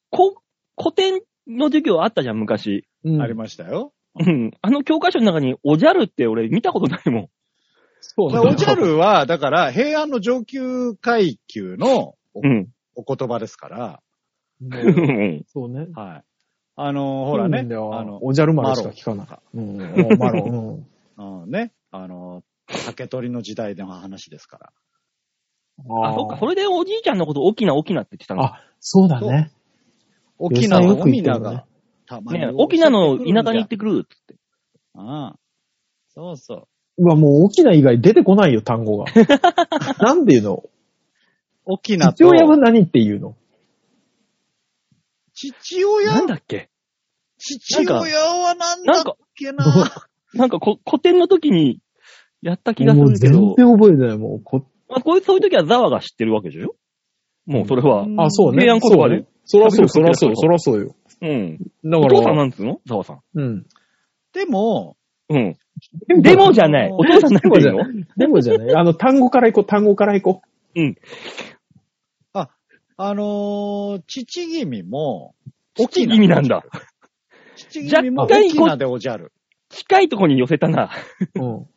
Speaker 2: こ、古典の授業あったじゃん、昔。
Speaker 3: うん
Speaker 4: ありましたよ。
Speaker 2: うん。あの教科書の中に、おじゃるって俺見たことないもん。
Speaker 3: そう
Speaker 4: だ
Speaker 3: な
Speaker 4: から
Speaker 3: ん
Speaker 4: おじゃ
Speaker 3: だ。
Speaker 4: るは、だから、平安の上級階級のお
Speaker 2: うん。
Speaker 4: お言葉ですから、
Speaker 2: う
Speaker 3: もうんそうね。
Speaker 4: はい。あのー、ほらね、
Speaker 3: そうなんだよ
Speaker 4: あの、
Speaker 3: おじゃる丸しか聞かない。うん、おマロ。うん
Speaker 4: うんね、あのー、竹取の時代の話ですから。
Speaker 2: あ、そっか、それでおじいちゃんのこと、大きな大きなって言ってたの。
Speaker 3: あそうだね。
Speaker 4: 沖縄の
Speaker 3: よく行
Speaker 4: 海
Speaker 3: ってるね
Speaker 4: 名が、たまに
Speaker 2: ね、沖縄の田舎に行ってくるっつって。
Speaker 4: ああ。そうそう。
Speaker 3: うわ、もう大きな以外出てこないよ、単語が。 [laughs] なんで言うの
Speaker 4: 沖縄
Speaker 3: 父
Speaker 4: と、
Speaker 3: 親は何って言うの
Speaker 4: 父親
Speaker 2: なんだっけ
Speaker 4: 父親はなんだっけな
Speaker 3: なん
Speaker 2: なんかこ、古典の時に、やった気がす
Speaker 3: も
Speaker 2: る
Speaker 3: う
Speaker 2: け
Speaker 3: 全
Speaker 2: ど、
Speaker 3: 然覚えてない。もうこ、
Speaker 2: まあ、こういう、そういう時はザワが知ってるわけじゃよ。もう、それは。
Speaker 3: あ、そうね。
Speaker 2: 平安言葉で
Speaker 3: そうね。そらそう、そらそう、そらそうよ。
Speaker 2: うん。
Speaker 3: だ
Speaker 2: お
Speaker 3: か
Speaker 2: 父さん
Speaker 3: ら、
Speaker 2: なんつうのザワさん。
Speaker 3: うん。
Speaker 4: でも、
Speaker 2: うん。
Speaker 3: で
Speaker 2: でもじゃない。
Speaker 4: も
Speaker 2: お
Speaker 4: う
Speaker 2: 父さんなんて言うの
Speaker 3: でもじゃない。あの、単語から行こう、単語から行こ
Speaker 4: あのー、父君も、
Speaker 2: 大きい意味なんだ。。
Speaker 4: 父君も
Speaker 2: 若干
Speaker 4: 沖縄でおじゃる。
Speaker 2: 近いとこに寄せたな。
Speaker 3: う。うん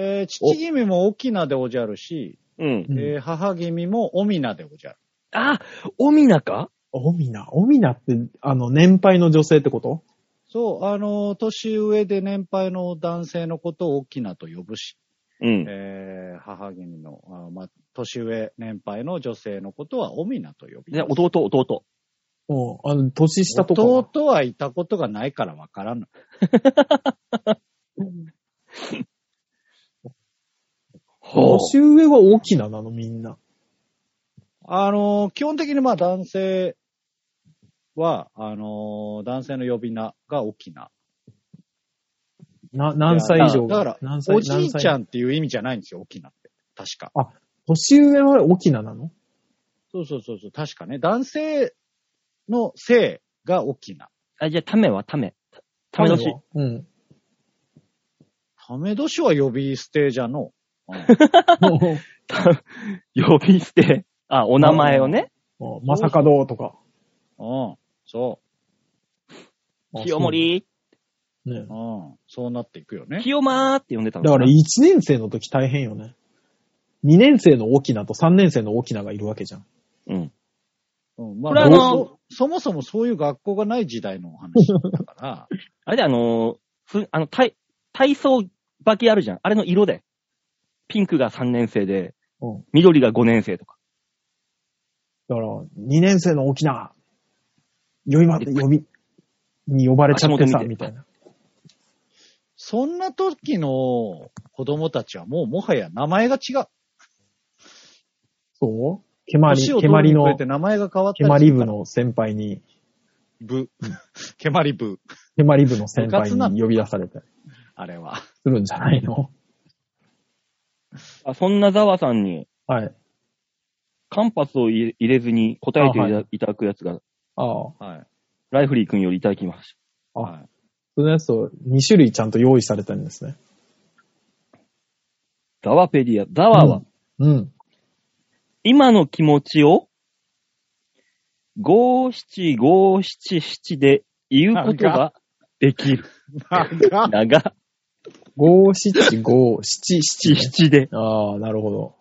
Speaker 4: えー、父君も沖縄でおじゃるし、
Speaker 2: うん。
Speaker 3: うん。
Speaker 4: えー、母君もおみなでおじゃる。
Speaker 2: あ、オミナか
Speaker 3: オミナ。オミナって、あの、年配の女性ってこと
Speaker 4: そう、あのー、年上で年配の男性のことを沖縄と呼ぶし、
Speaker 2: うん。
Speaker 4: えー、母君の、あまあ、年上、年配の女性のことは、おみなと呼び
Speaker 2: じゃあ
Speaker 4: ます。
Speaker 2: 弟、弟。
Speaker 3: うん。あの、年下とかは。
Speaker 4: 弟はいたことがないからわからない。
Speaker 2: ほう。
Speaker 3: 年上は大きななの、みんな。
Speaker 4: あのー基本的にまあ男性は、あのー男性の呼び名がおきな。
Speaker 3: な、何歳以上が
Speaker 4: だから
Speaker 3: 何歳
Speaker 4: おじいちゃ
Speaker 3: ん。
Speaker 4: んっていう意味じゃないんですよ、おきなって。確か。
Speaker 3: 年上は大きななの
Speaker 4: そうそうそうそう、確かね。男性の性がおきな。
Speaker 2: あ、じゃあ、ためはため。ため年。。
Speaker 3: うん。
Speaker 4: ため年は呼び捨てじゃの。うん
Speaker 2: た [laughs] 呼び捨て。あ、お名前をね。
Speaker 3: うんまさかどうとか。
Speaker 4: うん。そ
Speaker 2: 清盛、
Speaker 3: そうね
Speaker 4: う。うん。そうなっていくよね。
Speaker 2: 清間って呼んでたの
Speaker 3: だ
Speaker 2: か
Speaker 3: か
Speaker 2: な
Speaker 3: ら1年生の時大変よね。2年生の大きなと3年生の大きながいるわけじゃん。
Speaker 2: うん。
Speaker 4: うん、ま
Speaker 2: これ
Speaker 4: あ、
Speaker 2: あの
Speaker 4: そそもそもそういう学校がない時代のお話だから、 [laughs]
Speaker 2: あれで、あのーすあの、体、体操バキあるじゃん。あれの色で。ピンクが3年生で、
Speaker 3: うん
Speaker 2: 緑が5年生とか。
Speaker 3: だから2年生の大きな、呼びま、呼び、に呼ばれちゃってさ、
Speaker 2: 足元見て
Speaker 3: みたいな。
Speaker 4: そんな時の子供たちはもうもはや名前が違う。
Speaker 3: そうけまり、
Speaker 4: 年を
Speaker 3: け
Speaker 4: 取
Speaker 3: ま
Speaker 4: る
Speaker 3: り
Speaker 4: につれ
Speaker 3: の
Speaker 4: て、名前が変わった
Speaker 3: け
Speaker 4: り
Speaker 3: ますり
Speaker 4: るか
Speaker 3: 部
Speaker 4: ら [laughs]
Speaker 3: の先輩に、
Speaker 4: 部。けまり部。
Speaker 3: 手まり部の先輩に呼び出されたり
Speaker 4: あれは。
Speaker 3: するんじゃないの
Speaker 2: あそんなざわさんに、
Speaker 3: [laughs] はい。
Speaker 2: 間髪を入れ入れずに答えていた,、
Speaker 3: あはい
Speaker 2: だくやつが、
Speaker 3: ああ。
Speaker 4: はい。
Speaker 2: ライフリー君よりいただきまし
Speaker 3: あ
Speaker 4: はい。
Speaker 3: そのやつを2種類ちゃんと用意されたんですね。
Speaker 2: た。ザワペディア。ザワは、
Speaker 3: うん。
Speaker 2: 今の気持ちを、五七五七七で言うことができる。
Speaker 4: 長
Speaker 2: 長、
Speaker 3: 五七五七
Speaker 2: 七
Speaker 3: 七
Speaker 2: 七
Speaker 3: ね。
Speaker 2: で。
Speaker 3: [laughs] ああ、なるほど。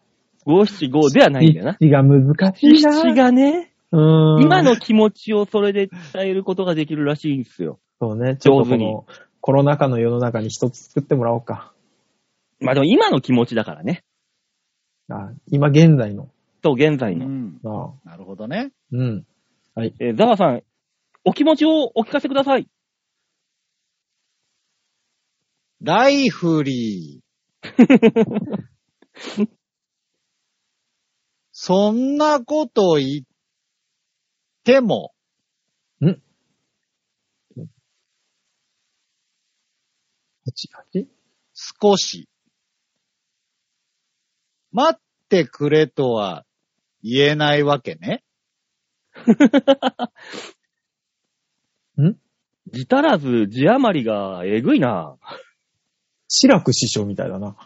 Speaker 2: 五七五ではないんだよな。
Speaker 3: 七が難し
Speaker 2: 七
Speaker 3: いな。
Speaker 2: 七がね、
Speaker 3: うーん。
Speaker 2: 今の気持ちをそれで伝えることができるらしいんですよ。
Speaker 3: そうね、ちょっとこ
Speaker 2: 上手に
Speaker 3: のコロナ禍の世の中に一つ作ってもらおうか。
Speaker 2: まあでも今の気持ちだからね。
Speaker 3: あ今現在の。
Speaker 2: と、現在
Speaker 4: う
Speaker 2: の。
Speaker 4: ん。
Speaker 3: ああ
Speaker 4: なるほどね。
Speaker 3: うん。
Speaker 2: えーザワさん、お気持ちをお聞かせください。
Speaker 4: ライフリー。
Speaker 3: [laughs]
Speaker 4: そんなこと言っても。
Speaker 3: ん 88?
Speaker 4: 少し。待ってくれとは言えないわけね。
Speaker 2: 自足らず、字余りがえぐいな。
Speaker 3: 志らく師匠みたいだ [laughs] な。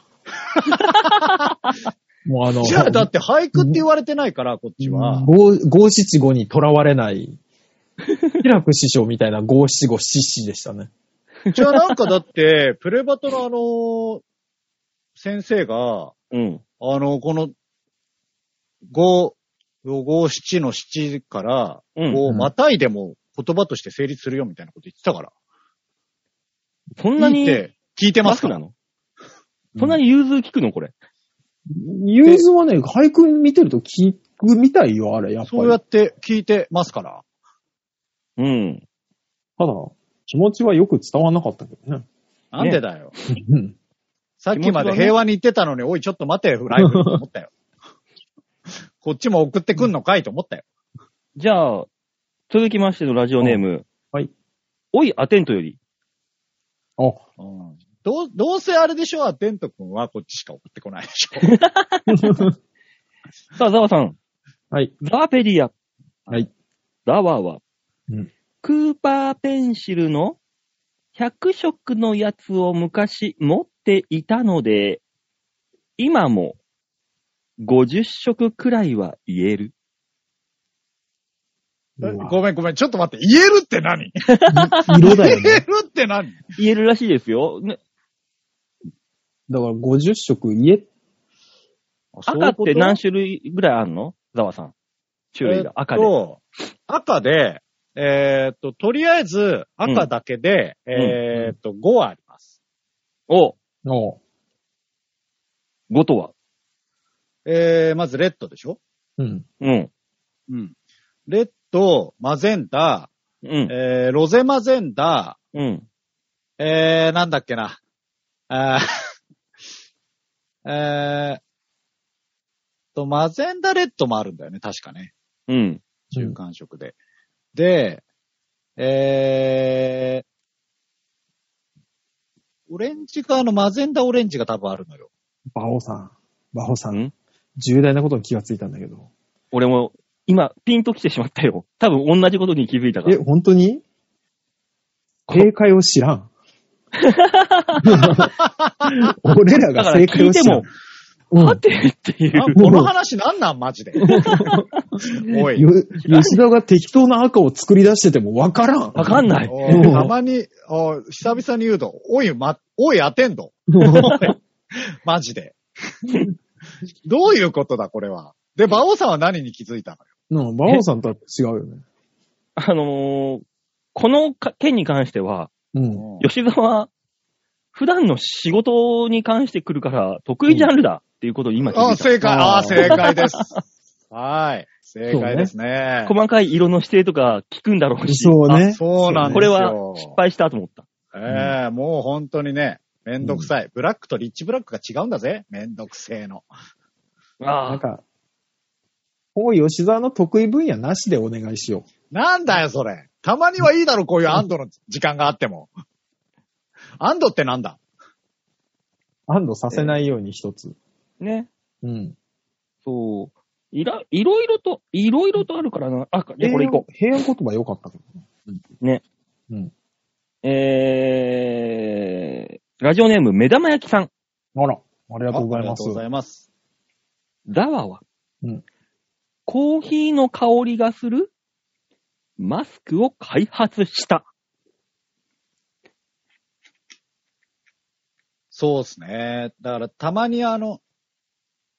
Speaker 3: もうあの、
Speaker 4: じゃあだって俳句って言われてないから、こっちは。
Speaker 3: 五五七五にとらわれない、志らく師匠みたいな五七五七七でしたね。
Speaker 4: じゃあなんかだって、プレバトのあの、先生が、
Speaker 2: うん。
Speaker 4: あの、この、五、五七の七から、
Speaker 2: うん。
Speaker 4: こう、またいでも言葉として成立するよみたいなこと言ってたから。
Speaker 2: そんな
Speaker 4: 聞い
Speaker 2: に、
Speaker 4: て、聞いてま
Speaker 2: マ
Speaker 4: す
Speaker 2: スク
Speaker 4: か
Speaker 2: な
Speaker 4: ら。
Speaker 2: のそんなに融通聞くのこれ。
Speaker 3: ユーズはね、俳句見てると聞くみたいよ、あれ、やっぱり。
Speaker 4: そうやって聞いてますから。
Speaker 2: うん。
Speaker 3: ただ、気持ちはよく伝わらなかったけどね。
Speaker 4: なんでだよ。
Speaker 3: うん
Speaker 4: さっきまで平和に言ってたのに、おい、ちょっと待てよ、ライブと思ったよ。こっちも送ってくんのかいと思ったよ。
Speaker 2: じゃあ、続きましてのラジオネーム。
Speaker 3: あはい。
Speaker 2: おい、アテントより。
Speaker 3: [laughs] あ、
Speaker 4: うんどう、どうせあれでしょアテント君はこっちしか送ってこないでしょ。
Speaker 2: さあ、ザワさん。
Speaker 3: はい。
Speaker 2: ザワペディア。
Speaker 3: はい。
Speaker 2: ザワは、
Speaker 3: うん
Speaker 2: クーパーペンシルの100色のやつを昔持っていたので、今も50色くらいは言える。
Speaker 3: [laughs]
Speaker 4: ごめんごめん、ちょっと待って、言えるって何
Speaker 3: 色だ
Speaker 4: 言え
Speaker 3: よね。 [laughs]
Speaker 4: るって何
Speaker 2: 言えるらしいですよ。ね
Speaker 3: だから50色言え、
Speaker 2: 赤って何種
Speaker 4: 種
Speaker 2: 類ぐらいあんのザワさん。種類が。赤で。
Speaker 4: と、赤で、えーっと、とりあえず赤だけで、
Speaker 2: ん
Speaker 4: えーっと、5あります。
Speaker 2: お、
Speaker 3: おう
Speaker 2: 5とは。
Speaker 4: えー、まずレッドでしょ
Speaker 3: うん。
Speaker 2: うん。
Speaker 4: うん。レッド、マゼンダ、
Speaker 2: うん。
Speaker 4: えー、ロゼマゼンダ、
Speaker 2: うん。
Speaker 4: えー、なんだっけな。あー [laughs] えーっと、マゼンダレッドもあるんだよね、確かね。
Speaker 2: うん。
Speaker 4: 中間色で。で、えー、オレンジかあのマゼンダオレンジが多分あるのよ。
Speaker 3: バオさん。バオさん。
Speaker 2: ん
Speaker 3: 重大なことに気がついたんだけど。
Speaker 2: 俺も、今、ピンと来てしまったよ。多分同じことに気づいたか
Speaker 3: え、
Speaker 2: [laughs] ら。
Speaker 3: 本当に
Speaker 2: こ
Speaker 3: 正解を知ら
Speaker 2: [laughs]
Speaker 3: ん。俺ら
Speaker 2: だか
Speaker 3: が
Speaker 2: ら
Speaker 3: 正解
Speaker 2: 聞い
Speaker 3: を
Speaker 2: て
Speaker 3: 知らん
Speaker 2: も。、
Speaker 3: うん
Speaker 2: はてってい [laughs]
Speaker 4: あ
Speaker 2: う。
Speaker 4: この話なんなんマ
Speaker 2: [laughs]
Speaker 4: ジで。おい。
Speaker 3: よ吉田が適当な赤を作り出しててもわからん。
Speaker 2: わかん
Speaker 3: [laughs]
Speaker 2: ない。
Speaker 4: おいたまに、おい久々に言うと、おい、ま、おい、アテンド。 [laughs] マジで。どういうことだ、これは。で、馬王さんは何に気づいたの
Speaker 3: うん、バオさんとは違うよね。
Speaker 2: あのー、このか件に関しては、
Speaker 3: うん。
Speaker 4: よ、
Speaker 2: 吉沢、普段の仕事に関してくるから、得意ジャンルだっていうことを今気
Speaker 4: あ
Speaker 2: づ
Speaker 4: あ、
Speaker 2: いた。
Speaker 4: 正解。あ
Speaker 3: あ
Speaker 4: あ、
Speaker 3: あ
Speaker 4: 正解です。はい。正解ですね。
Speaker 2: 細かい色の指定とか聞くんだろうし。
Speaker 3: そう
Speaker 2: あ
Speaker 3: ね。
Speaker 4: そうなんです
Speaker 2: これ
Speaker 4: よ。
Speaker 2: は失敗したと思った。
Speaker 4: ええもう本当にね、めんどくさい。ブラックとリッチブラックが違うんだぜ。めんどくせえの。
Speaker 2: あ
Speaker 3: なん
Speaker 2: あ、
Speaker 3: か、こう吉沢の得意分野なしでお願いしよ
Speaker 4: なんだよ、それ。たまにはいいだろ、こういう安堵の時間があっても。安堵ってなんだ
Speaker 3: 安堵させないように一つ。
Speaker 2: ね。
Speaker 3: うん。
Speaker 2: そう。いら、いろいろと、いろいろとあるからな。あ、ね、これいこ
Speaker 3: う。平安言葉良かったけど
Speaker 2: う。ね。
Speaker 3: うん。
Speaker 2: えー、ラジオネーム、目玉焼きさん。
Speaker 3: あら、あり
Speaker 4: あ
Speaker 3: がとうございます。
Speaker 4: ありがとうございます。
Speaker 2: ダワは、
Speaker 3: うん
Speaker 2: コーヒーの香りがするマスクを開発した。
Speaker 4: そうですね。だから、たまにあの、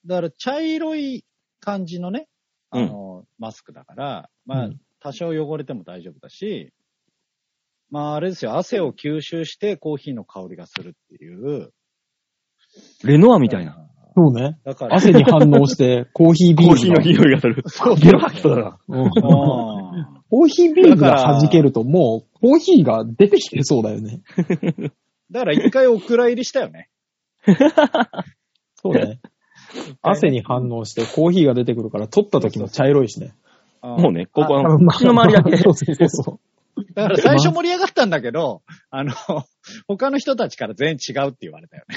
Speaker 4: だから、茶色い感じのね、あの、マスクだから、まあ、
Speaker 3: うん
Speaker 4: 多少汚れても大丈夫だし、まあ、あれですよ、汗を吸収してコーヒーの香りがするっていう。
Speaker 2: レノアみたいな。
Speaker 4: な。
Speaker 3: そうね。
Speaker 4: だから、
Speaker 3: 汗に反応
Speaker 2: [laughs]
Speaker 3: して、コーヒービーム
Speaker 2: コー
Speaker 3: が。
Speaker 2: ヒーの匂いがする。
Speaker 4: そう
Speaker 2: ゲロ吐きそうだな。
Speaker 3: うん
Speaker 4: うん
Speaker 3: コーヒービームが弾けると、もう、コーヒーが出てきてそうだよね。
Speaker 4: だから一回お蔵入りしたよね。
Speaker 3: そうね。 [laughs] 汗に反応して、コーヒーが出てくるから、取った時も茶色いしね。
Speaker 2: も
Speaker 4: も
Speaker 2: うね、ここ
Speaker 3: あ
Speaker 2: は、口の周りだけ。
Speaker 3: [laughs] そうそうそう。
Speaker 4: だから最初盛り上がったんだけど、あの、他の人たちから全員違うって言われたよね。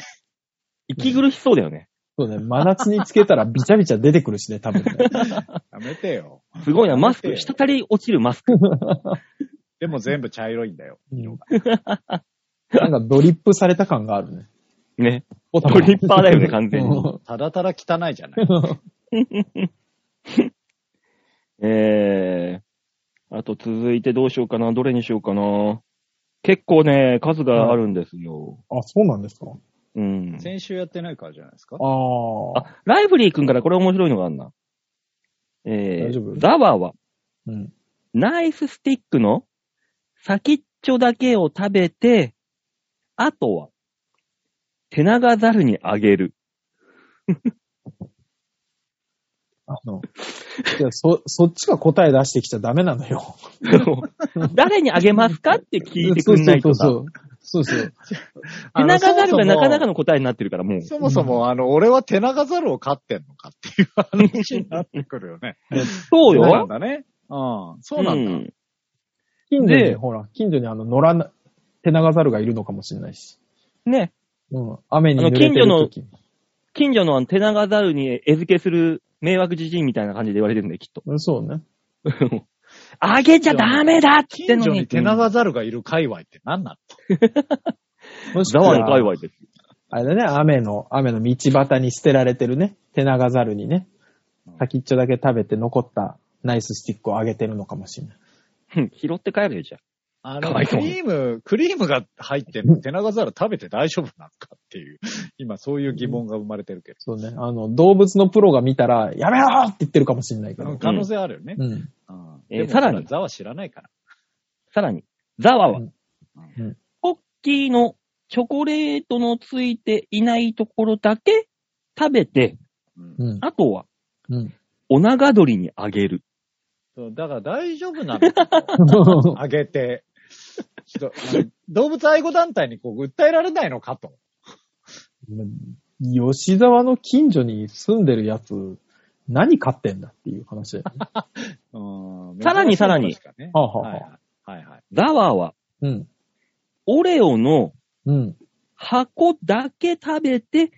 Speaker 2: 息苦しそうだよね。
Speaker 3: そうね。真夏につけたら、ビチャビチャ出てくるしね、多
Speaker 2: [laughs]
Speaker 3: 分ね。
Speaker 4: やめてよ。
Speaker 2: すごいな、マス
Speaker 4: だっ
Speaker 2: ク、
Speaker 4: て
Speaker 2: 滴り落ちるマスク。
Speaker 4: でも全部茶色いんだよ。
Speaker 3: うんなんか、ドリップされた感があるね。
Speaker 2: ね。ドリッパーだよね完全に
Speaker 3: うん
Speaker 4: ただただ汚いじゃない。
Speaker 2: えー、あと続いてどうしようかな、どれにしようかな。結構ね、数があるんですよ。
Speaker 3: あ、そうなんですか
Speaker 2: うん。
Speaker 4: 先週やってないからじゃないですか
Speaker 3: ああ。
Speaker 2: あ、ライブリー君からこれ面白いのがあんな。え
Speaker 3: 大丈
Speaker 2: ー、
Speaker 3: 夫
Speaker 2: ザワは、
Speaker 3: うん。
Speaker 2: ナイススティックの先っちょだけを食べて、あとは、手長ザルにあげ
Speaker 4: [laughs]
Speaker 2: る。
Speaker 3: あの、いや、そ、 [laughs] そっちが答え出してきちゃダメなのよ。
Speaker 2: 誰にあげますかって聞いてくんないとさ。
Speaker 3: そうそうそう。そうそう。
Speaker 2: 手長ザルがなかなか
Speaker 4: の。
Speaker 2: の答えになってるから、もう。
Speaker 4: そもそも、そもそもあの、俺は手長ザルを飼ってんのかっていう話になってくるよね。
Speaker 2: そう
Speaker 4: そうなん
Speaker 2: よ。
Speaker 4: だね。うん。そうなんだ。
Speaker 2: ん
Speaker 3: 近所に、
Speaker 2: で
Speaker 3: ほら、近所にあの、野良な、手長猿がいるのかもしれないし。
Speaker 2: ね。
Speaker 3: うん。雨に濡れてる時。
Speaker 2: 近所のあの手長ザルに餌付けする迷惑じじいみたいな感じで言われてるんだよ、きっと。
Speaker 3: うんそうね。
Speaker 2: あげちゃダメだっつって
Speaker 4: 近
Speaker 2: んの
Speaker 4: 所
Speaker 2: に。
Speaker 4: に手長ザルがいる界隈って何な
Speaker 3: もし
Speaker 2: ザ
Speaker 3: く
Speaker 2: ワの界隈
Speaker 3: は、
Speaker 2: です。
Speaker 3: あれだね、雨の、雨の道端に捨てられてるね、手長猿にね、先っちょだけ食べて残ったナイススティックをあげてるのかもしれない。
Speaker 2: うん拾って帰るよ、じゃあ。
Speaker 4: の
Speaker 2: か
Speaker 4: あの、
Speaker 2: わいそう
Speaker 4: クリーム、クリームが入ってる手長ザル食べて大丈夫なのかっていう、今そういう疑問が生まれてるけ
Speaker 3: そうね。あの、動物のプロが見たら、やめろーって言ってるかもしれないけ
Speaker 4: ど。
Speaker 3: ど。
Speaker 4: 可能性あるよね。
Speaker 3: うん。
Speaker 4: うん
Speaker 2: えー
Speaker 4: でも
Speaker 2: さらに
Speaker 4: ザは知らないから。
Speaker 2: さらに、ザワは、
Speaker 3: うんうん
Speaker 2: ポッキーのチョコレートのついていないところだけ食べて、
Speaker 4: うん
Speaker 3: うん。
Speaker 2: あとは、 [laughs]
Speaker 3: うん。
Speaker 2: お長鳥にあげる。
Speaker 4: そうだから大丈夫
Speaker 2: [laughs]
Speaker 4: なのかとあげて、ちょっとなんか動物愛護団体にこう訴えられないのかと。
Speaker 3: 吉沢の近所に住んでるやつ、何飼ってんだっていう話だよね。
Speaker 4: うん
Speaker 2: さらにさらに。
Speaker 4: 珍しい話かね
Speaker 3: はあはあ
Speaker 4: はい
Speaker 3: は
Speaker 4: はいはいはい。
Speaker 2: ザワは、
Speaker 3: うん。
Speaker 2: オレオの
Speaker 3: うん。
Speaker 2: 箱だけ食べて、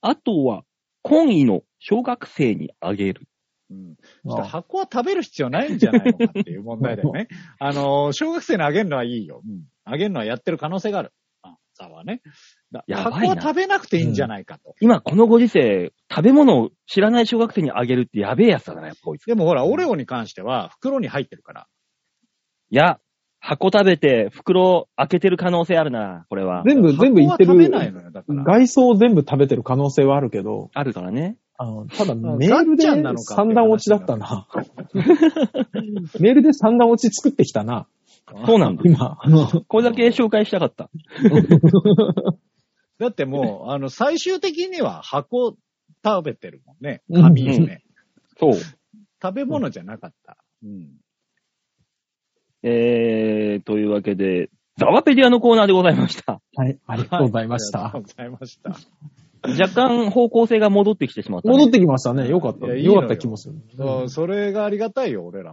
Speaker 2: あとは、懇意の小学生にあげる。
Speaker 4: うん、ちょっと
Speaker 3: ああ
Speaker 4: 箱は食べる必要ないんじゃないのかっていう問題だよね。あのー、小学生にあげるのはいいよ。うんあげるのはやってる可能性がある。あ、ザはね。だ
Speaker 2: やばいな
Speaker 4: 箱は食べなくていいんじゃないかと。
Speaker 2: 今、このご時世、食べ物を知らない小学生にあげるってやべえやつだな、やっぱこいつ。い
Speaker 4: でもほら、オレオに関しては袋に入ってるから。
Speaker 2: や、箱食べて、袋開けてる可能性あるな、これは。
Speaker 3: 全部、全部言って
Speaker 4: 箱は食べない
Speaker 3: る。
Speaker 4: のよ。だから。
Speaker 3: 外装を全部食べてる可能性はあるけど、
Speaker 2: あるからね。
Speaker 3: あの、ただ
Speaker 4: ん
Speaker 3: メールで
Speaker 4: ガッチャンなのかってい
Speaker 3: 三
Speaker 4: う話
Speaker 3: 段落ちだったな。メールで三段落ち作ってきたな。
Speaker 2: そうなんだ。
Speaker 3: 今、あの、
Speaker 2: これだけ紹介したかった。
Speaker 4: [laughs] だってもう、あの、最終的には箱食べてるもんね。
Speaker 3: うん
Speaker 4: 紙姫。
Speaker 2: そう。
Speaker 4: 食べ物じゃなかった。うん。
Speaker 2: えー、というわけで、ザワペディアのコーナーでございま [laughs] した。
Speaker 3: はい、ありがとうございまし
Speaker 4: は
Speaker 3: た
Speaker 4: あり。がとうございました。
Speaker 2: 若干方向性が戻ってきてしまったね、
Speaker 3: 戻ってきましたね。よかった。
Speaker 4: いやいいの
Speaker 3: よか
Speaker 4: よ
Speaker 3: った気もする。
Speaker 4: そうそれがありがたいよ、俺ら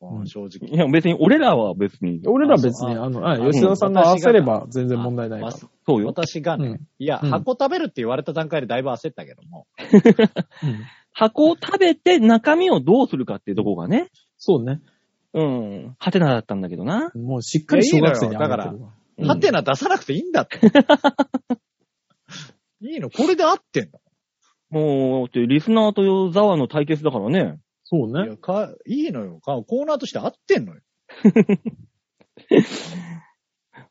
Speaker 4: も。うん正直。
Speaker 2: いや、別に、俺らは別に。
Speaker 3: 俺ら別に、
Speaker 4: あ
Speaker 3: あの、はい
Speaker 2: うん
Speaker 3: 吉田さんが合わせれば全然問題ない
Speaker 4: あ
Speaker 3: か
Speaker 4: わ
Speaker 3: ら。
Speaker 2: そうよ。
Speaker 4: 私がね、
Speaker 3: うん
Speaker 4: いや、
Speaker 3: うん
Speaker 4: 箱食べるって言われた段階でだいぶ焦ったけども。
Speaker 3: うん
Speaker 2: 箱を食べて中身をどうするかっていうとこがね。
Speaker 3: そうね。
Speaker 2: うん。ハテナだったんだけどな。
Speaker 3: もうしっかり小学生に上がって
Speaker 4: いやいい
Speaker 3: るわ。
Speaker 2: うん
Speaker 4: ハテナ出さなくていいんだって。 [laughs] いいのこれで合ってん
Speaker 2: もう、だってリスナーとザワの対決だからね。
Speaker 3: そう
Speaker 4: のい
Speaker 3: ね。
Speaker 4: やかいいのよか。コーナーとして合ってんのよ。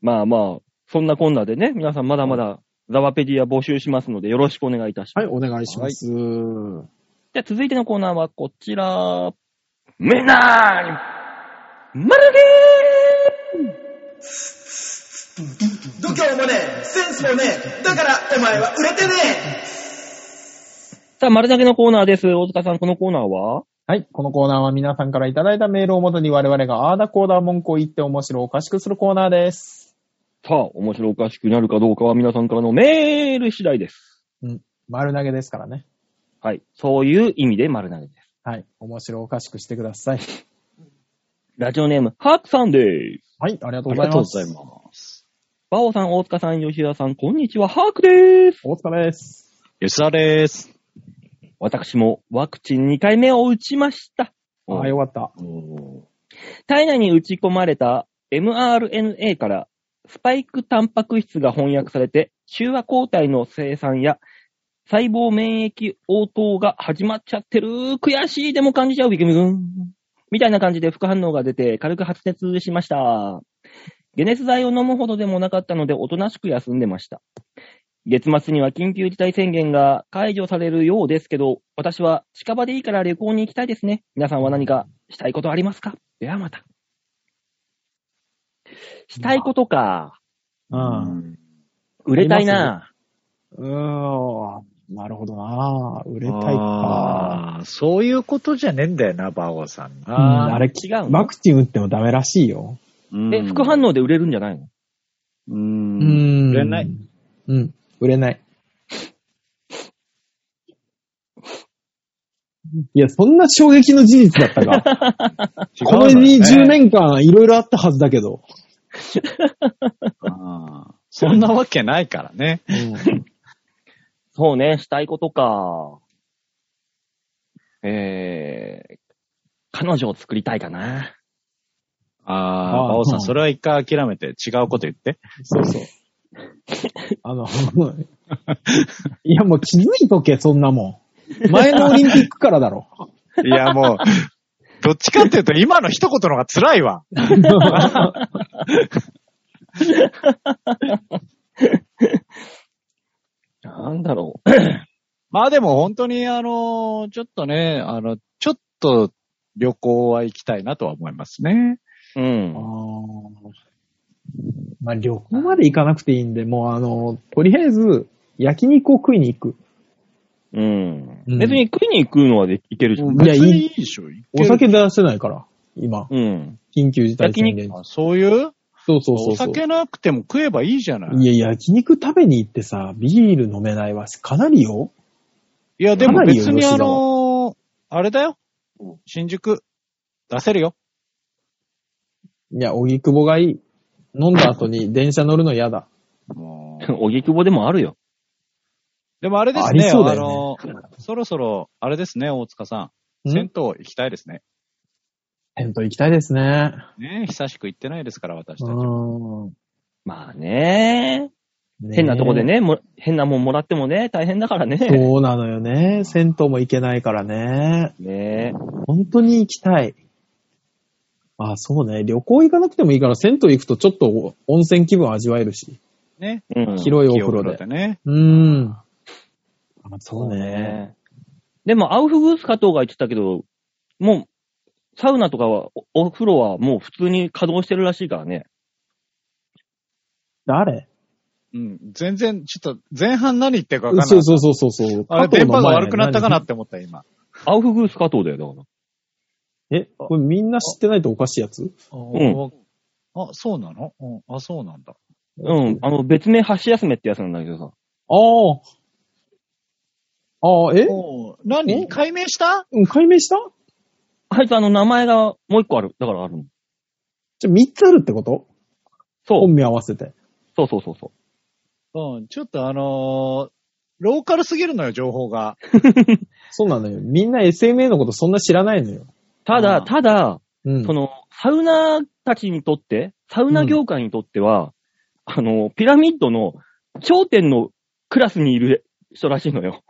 Speaker 2: まあまあ、そんなこんなでね、皆さんまだまだザワペディア募集しますのでよろしくお願いいたします。
Speaker 3: はい、お願いします。
Speaker 2: じゃあ続いてのコーナーはこちら。みんなーに丸ゲー
Speaker 1: 度胸もねえセンスもねえだからお前は売れてねえ
Speaker 2: さあ、丸投げのコーナーです。大塚さん、このコーナーは
Speaker 3: はい。このコーナーは皆さんからいただいたメールをもとに我々があーだこーだ文句を言って面白おかしくするコーナーです。
Speaker 2: さあ、面白おかしくなるかどうかは皆さんからのメール次第です。
Speaker 3: 丸投げですからね。
Speaker 2: はい。そういう意味で丸投げです。
Speaker 3: はい。面白おかしくしてください。
Speaker 2: ラジオネーム、ハークさんです。
Speaker 3: はい。ありがとうございます。
Speaker 4: す。
Speaker 2: バオさん、大塚さん、吉田さん、こんにちは、ハークです。
Speaker 3: お疲れです。
Speaker 4: 吉田です。
Speaker 2: 私もワクチン2回目を打ちました。
Speaker 3: ああ、よかった。
Speaker 2: 体内に打ち込まれた mRNA からスパイクタンパク質が翻訳されて、中和抗体の生産や細胞免疫応答が始まっちゃってる。悔しいでも感じちゃう、ビクビクン。みたいな感じで副反応が出て軽く発熱しました。解熱剤を飲むほどでもなかったので、おとなしく休んでました。月末には緊急事態宣言が解除されるようですけど、私は近場でいいから旅行に行きたいですね。皆さんは何かしたいことありますかではまた。したいことか。
Speaker 3: うん。う
Speaker 2: 売れたいな。
Speaker 3: ーん。なるほどな売れたいか。
Speaker 4: ああ、そういうことじゃねえんだよな、バオさん
Speaker 3: うん
Speaker 4: な。
Speaker 3: あれ、
Speaker 2: 違う
Speaker 3: ワ
Speaker 2: の。
Speaker 3: クチン打ってもダメらしいよ。
Speaker 2: え、副反応で売れるんじゃないの
Speaker 4: う。
Speaker 3: うん [laughs] ん
Speaker 4: 売れない。
Speaker 3: うん。売れない。いや、そんな衝撃の事実だった [laughs] か。これに10年間いろいろあったはずだけど。
Speaker 4: 間。そんなわけないからね。
Speaker 2: そうね、したいことか。えー、彼女を作りたいかな。
Speaker 4: ああ、
Speaker 3: あー
Speaker 4: バオ
Speaker 3: う
Speaker 4: さ
Speaker 3: ん
Speaker 4: ん、それは一回諦めて違うこと言って。
Speaker 3: そうそう。あの、いやもう気づいとけ、そんなもん。前のオリンピックからだ [laughs] ろ。
Speaker 4: [laughs] いや、もう、どっちかっていうと、今の一言の方が辛いわ。
Speaker 2: なんだろ
Speaker 4: まあでも本当にあの、ちょっとね、あの、ちょっと旅行は行きたいなとは思いますね。
Speaker 2: う。うん。
Speaker 3: まあ、旅行まで行かなくていいんで、もうあの、とりあえず、焼肉を食いに行く。
Speaker 2: うん。
Speaker 3: うん
Speaker 2: 別に食いに行くのはでいけるじゃん。
Speaker 3: いや
Speaker 4: 別にいいでしょ。
Speaker 3: お
Speaker 4: 行け
Speaker 3: 酒出せないから、今。
Speaker 2: うん。
Speaker 3: 緊急事態宣言
Speaker 4: る。あそういう
Speaker 3: そうそうそうそ
Speaker 4: お
Speaker 3: う。
Speaker 4: 酒なくても食えばいいじゃない。
Speaker 3: いや、焼肉食べに行ってさ、ビール飲めないわ。かなりよ。
Speaker 4: いや、で
Speaker 3: か
Speaker 4: も
Speaker 3: なりよ
Speaker 4: 別にあの、あれだよ。新宿、出せるよ。
Speaker 3: いや、荻窪がいい。飲んだ後に電車乗るの嫌だ。
Speaker 4: もう
Speaker 2: [laughs]
Speaker 3: [laughs]
Speaker 2: おぎくぼでもあるよ。
Speaker 4: でもあれです
Speaker 3: あり
Speaker 4: ね、
Speaker 3: そうだ
Speaker 4: あ
Speaker 3: よ
Speaker 4: の、そろそろ、あれですね、大塚さん。
Speaker 3: ん
Speaker 4: 銭湯行きたいですね。
Speaker 3: 銭湯行きたいですね。
Speaker 4: ね久しく行ってないですから、私
Speaker 3: う
Speaker 4: たち。
Speaker 3: ーん。
Speaker 2: まあね変なとこで。ね、も変なもんもらってもね、大変だからね。
Speaker 3: そうなのよね。銭湯も行けないからね。
Speaker 2: ね
Speaker 3: 本当に行きたい。あ、そうね。旅行行かなくてもいいから、銭湯行くとちょっと温泉気分味わえるし。
Speaker 4: ね。
Speaker 2: え。うん。
Speaker 3: 広いお風呂
Speaker 4: 清
Speaker 3: で。
Speaker 4: ね。
Speaker 3: うーん。あそうね。
Speaker 2: でも、アウフグース加藤が言ってたけど、もう、サウナとかは、おお風呂はもう普通に稼働してるらしいからね。
Speaker 3: 誰
Speaker 4: うん。全然、ちょっと、前半何言ってるか分かんない。
Speaker 3: そうそうそうそうそう。
Speaker 4: あれ、
Speaker 3: 加藤
Speaker 4: 電
Speaker 3: の
Speaker 4: 波が
Speaker 3: 前
Speaker 4: 悪くなったかなって思った、今。
Speaker 2: アウフグース加藤だよ、だか
Speaker 3: え、これみんな知ってないとおかしいやつ
Speaker 2: ん
Speaker 4: あ、そうなの、うん、あ、そうなんだ。
Speaker 2: ら。うん。あの、別名、箸休めってやつなんだけどさ。
Speaker 3: ああ。ああ、え
Speaker 4: おう何
Speaker 3: え
Speaker 4: 解明した
Speaker 3: うん解明した
Speaker 2: あいつあの名前がもう一個ある。だからあるの。
Speaker 3: じゃ、3つあるってこと
Speaker 2: そう
Speaker 3: 本。名合わせて。
Speaker 2: そうそうそうそう。
Speaker 4: うん、ちょっとあのーローカルすぎるのよ、情報が。
Speaker 3: そうなのよ。みんな SMA のことそんな知らないのよ。
Speaker 2: た
Speaker 4: あ
Speaker 2: だ、
Speaker 4: ー
Speaker 2: ただ、
Speaker 3: うん。
Speaker 2: その、サウナーたちにとって、サウナ業界にとっては、あの、ピラミッドの頂点のクラスにいる人らしいのよ。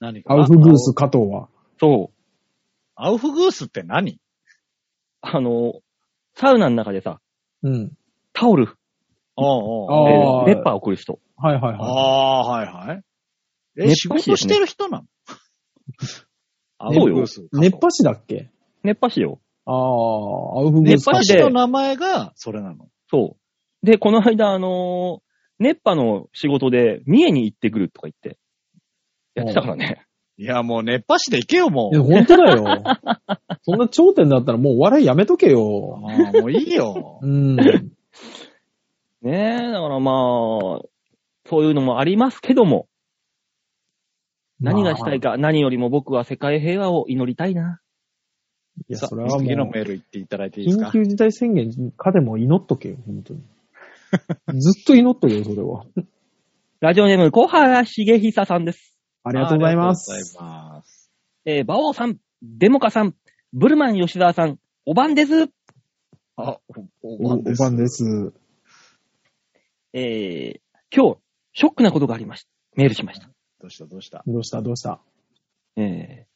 Speaker 4: 何
Speaker 3: アウフグース。加藤は。
Speaker 2: そう。
Speaker 4: アウフグースって何
Speaker 2: あの、サウナの中でさ、
Speaker 3: うん。
Speaker 2: タオル
Speaker 4: おう
Speaker 2: で
Speaker 4: お
Speaker 3: あ
Speaker 4: う
Speaker 3: ー
Speaker 2: 熱波を送る人。
Speaker 3: はいはいは
Speaker 4: ああー、はいはい。え、
Speaker 2: 熱
Speaker 4: 仕
Speaker 2: 波師
Speaker 4: 事
Speaker 2: です
Speaker 4: し
Speaker 2: ね
Speaker 4: てる人なの [laughs] アウ
Speaker 2: そう
Speaker 4: フ
Speaker 2: よ
Speaker 4: グース。
Speaker 3: い。熱波師だっけ
Speaker 2: 熱波師よ。
Speaker 3: ああ、アウフグース
Speaker 4: 熱
Speaker 3: 加
Speaker 4: 波
Speaker 2: 熱
Speaker 3: 藤。
Speaker 4: 師の名前がそれなの。
Speaker 2: そう。で、この間、あのー熱波の仕事で、三重に行ってくるとか言って、やってたからね。
Speaker 4: いや、もう熱波師で行けよ、も
Speaker 3: え、
Speaker 4: う。
Speaker 3: 本当だよ。 [laughs] そんな頂点だったらもうお笑いやめとけよ。
Speaker 4: あーもういいよ
Speaker 3: う。ん。
Speaker 2: ねえ、だからまあ、そういうのもありますけども、何がしたい
Speaker 3: か。
Speaker 2: か、何よりも僕は世界平和を祈りたいな。
Speaker 3: いや、
Speaker 4: さ
Speaker 3: それは
Speaker 4: あ、
Speaker 3: もう、
Speaker 4: 次のメール行っていただいていいです
Speaker 3: 緊
Speaker 4: か
Speaker 3: 急事態宣言かでも祈っとけよ、本当に。
Speaker 2: [laughs]
Speaker 3: ずっと祈っとけよ、それは。
Speaker 2: ラジオネーム、小原茂久さんです。
Speaker 3: ありがとうございま
Speaker 4: ありがとう
Speaker 3: す。
Speaker 4: ございます。
Speaker 2: えー、馬王さん、デモカさん、ブルマン吉沢さん、おばんです。
Speaker 4: あ、お、
Speaker 3: お、お
Speaker 4: です
Speaker 3: ばんです。
Speaker 2: えー、今日、ショックなことがありました。メールしました。
Speaker 4: どうしたどうした
Speaker 3: どうしたどうした
Speaker 2: えー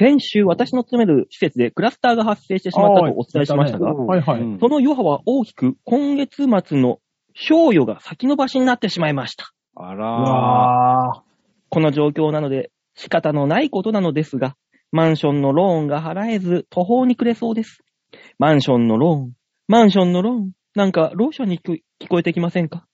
Speaker 2: 先週、私の勤める施設でクラスターが発生してしまったとお伝えしましたが、
Speaker 3: はいはい。
Speaker 2: その余波は大きく、今月末の賞与が先延ばしになってしまいました。
Speaker 4: あ
Speaker 3: う
Speaker 4: らー。
Speaker 3: わ
Speaker 2: この状況なので、仕方のないことなのですが、マンションのローンが払えず、途方に暮れそうです。マンションのローン、マンションのローン、なんか、ローションに聞こえ聞こえてきませんか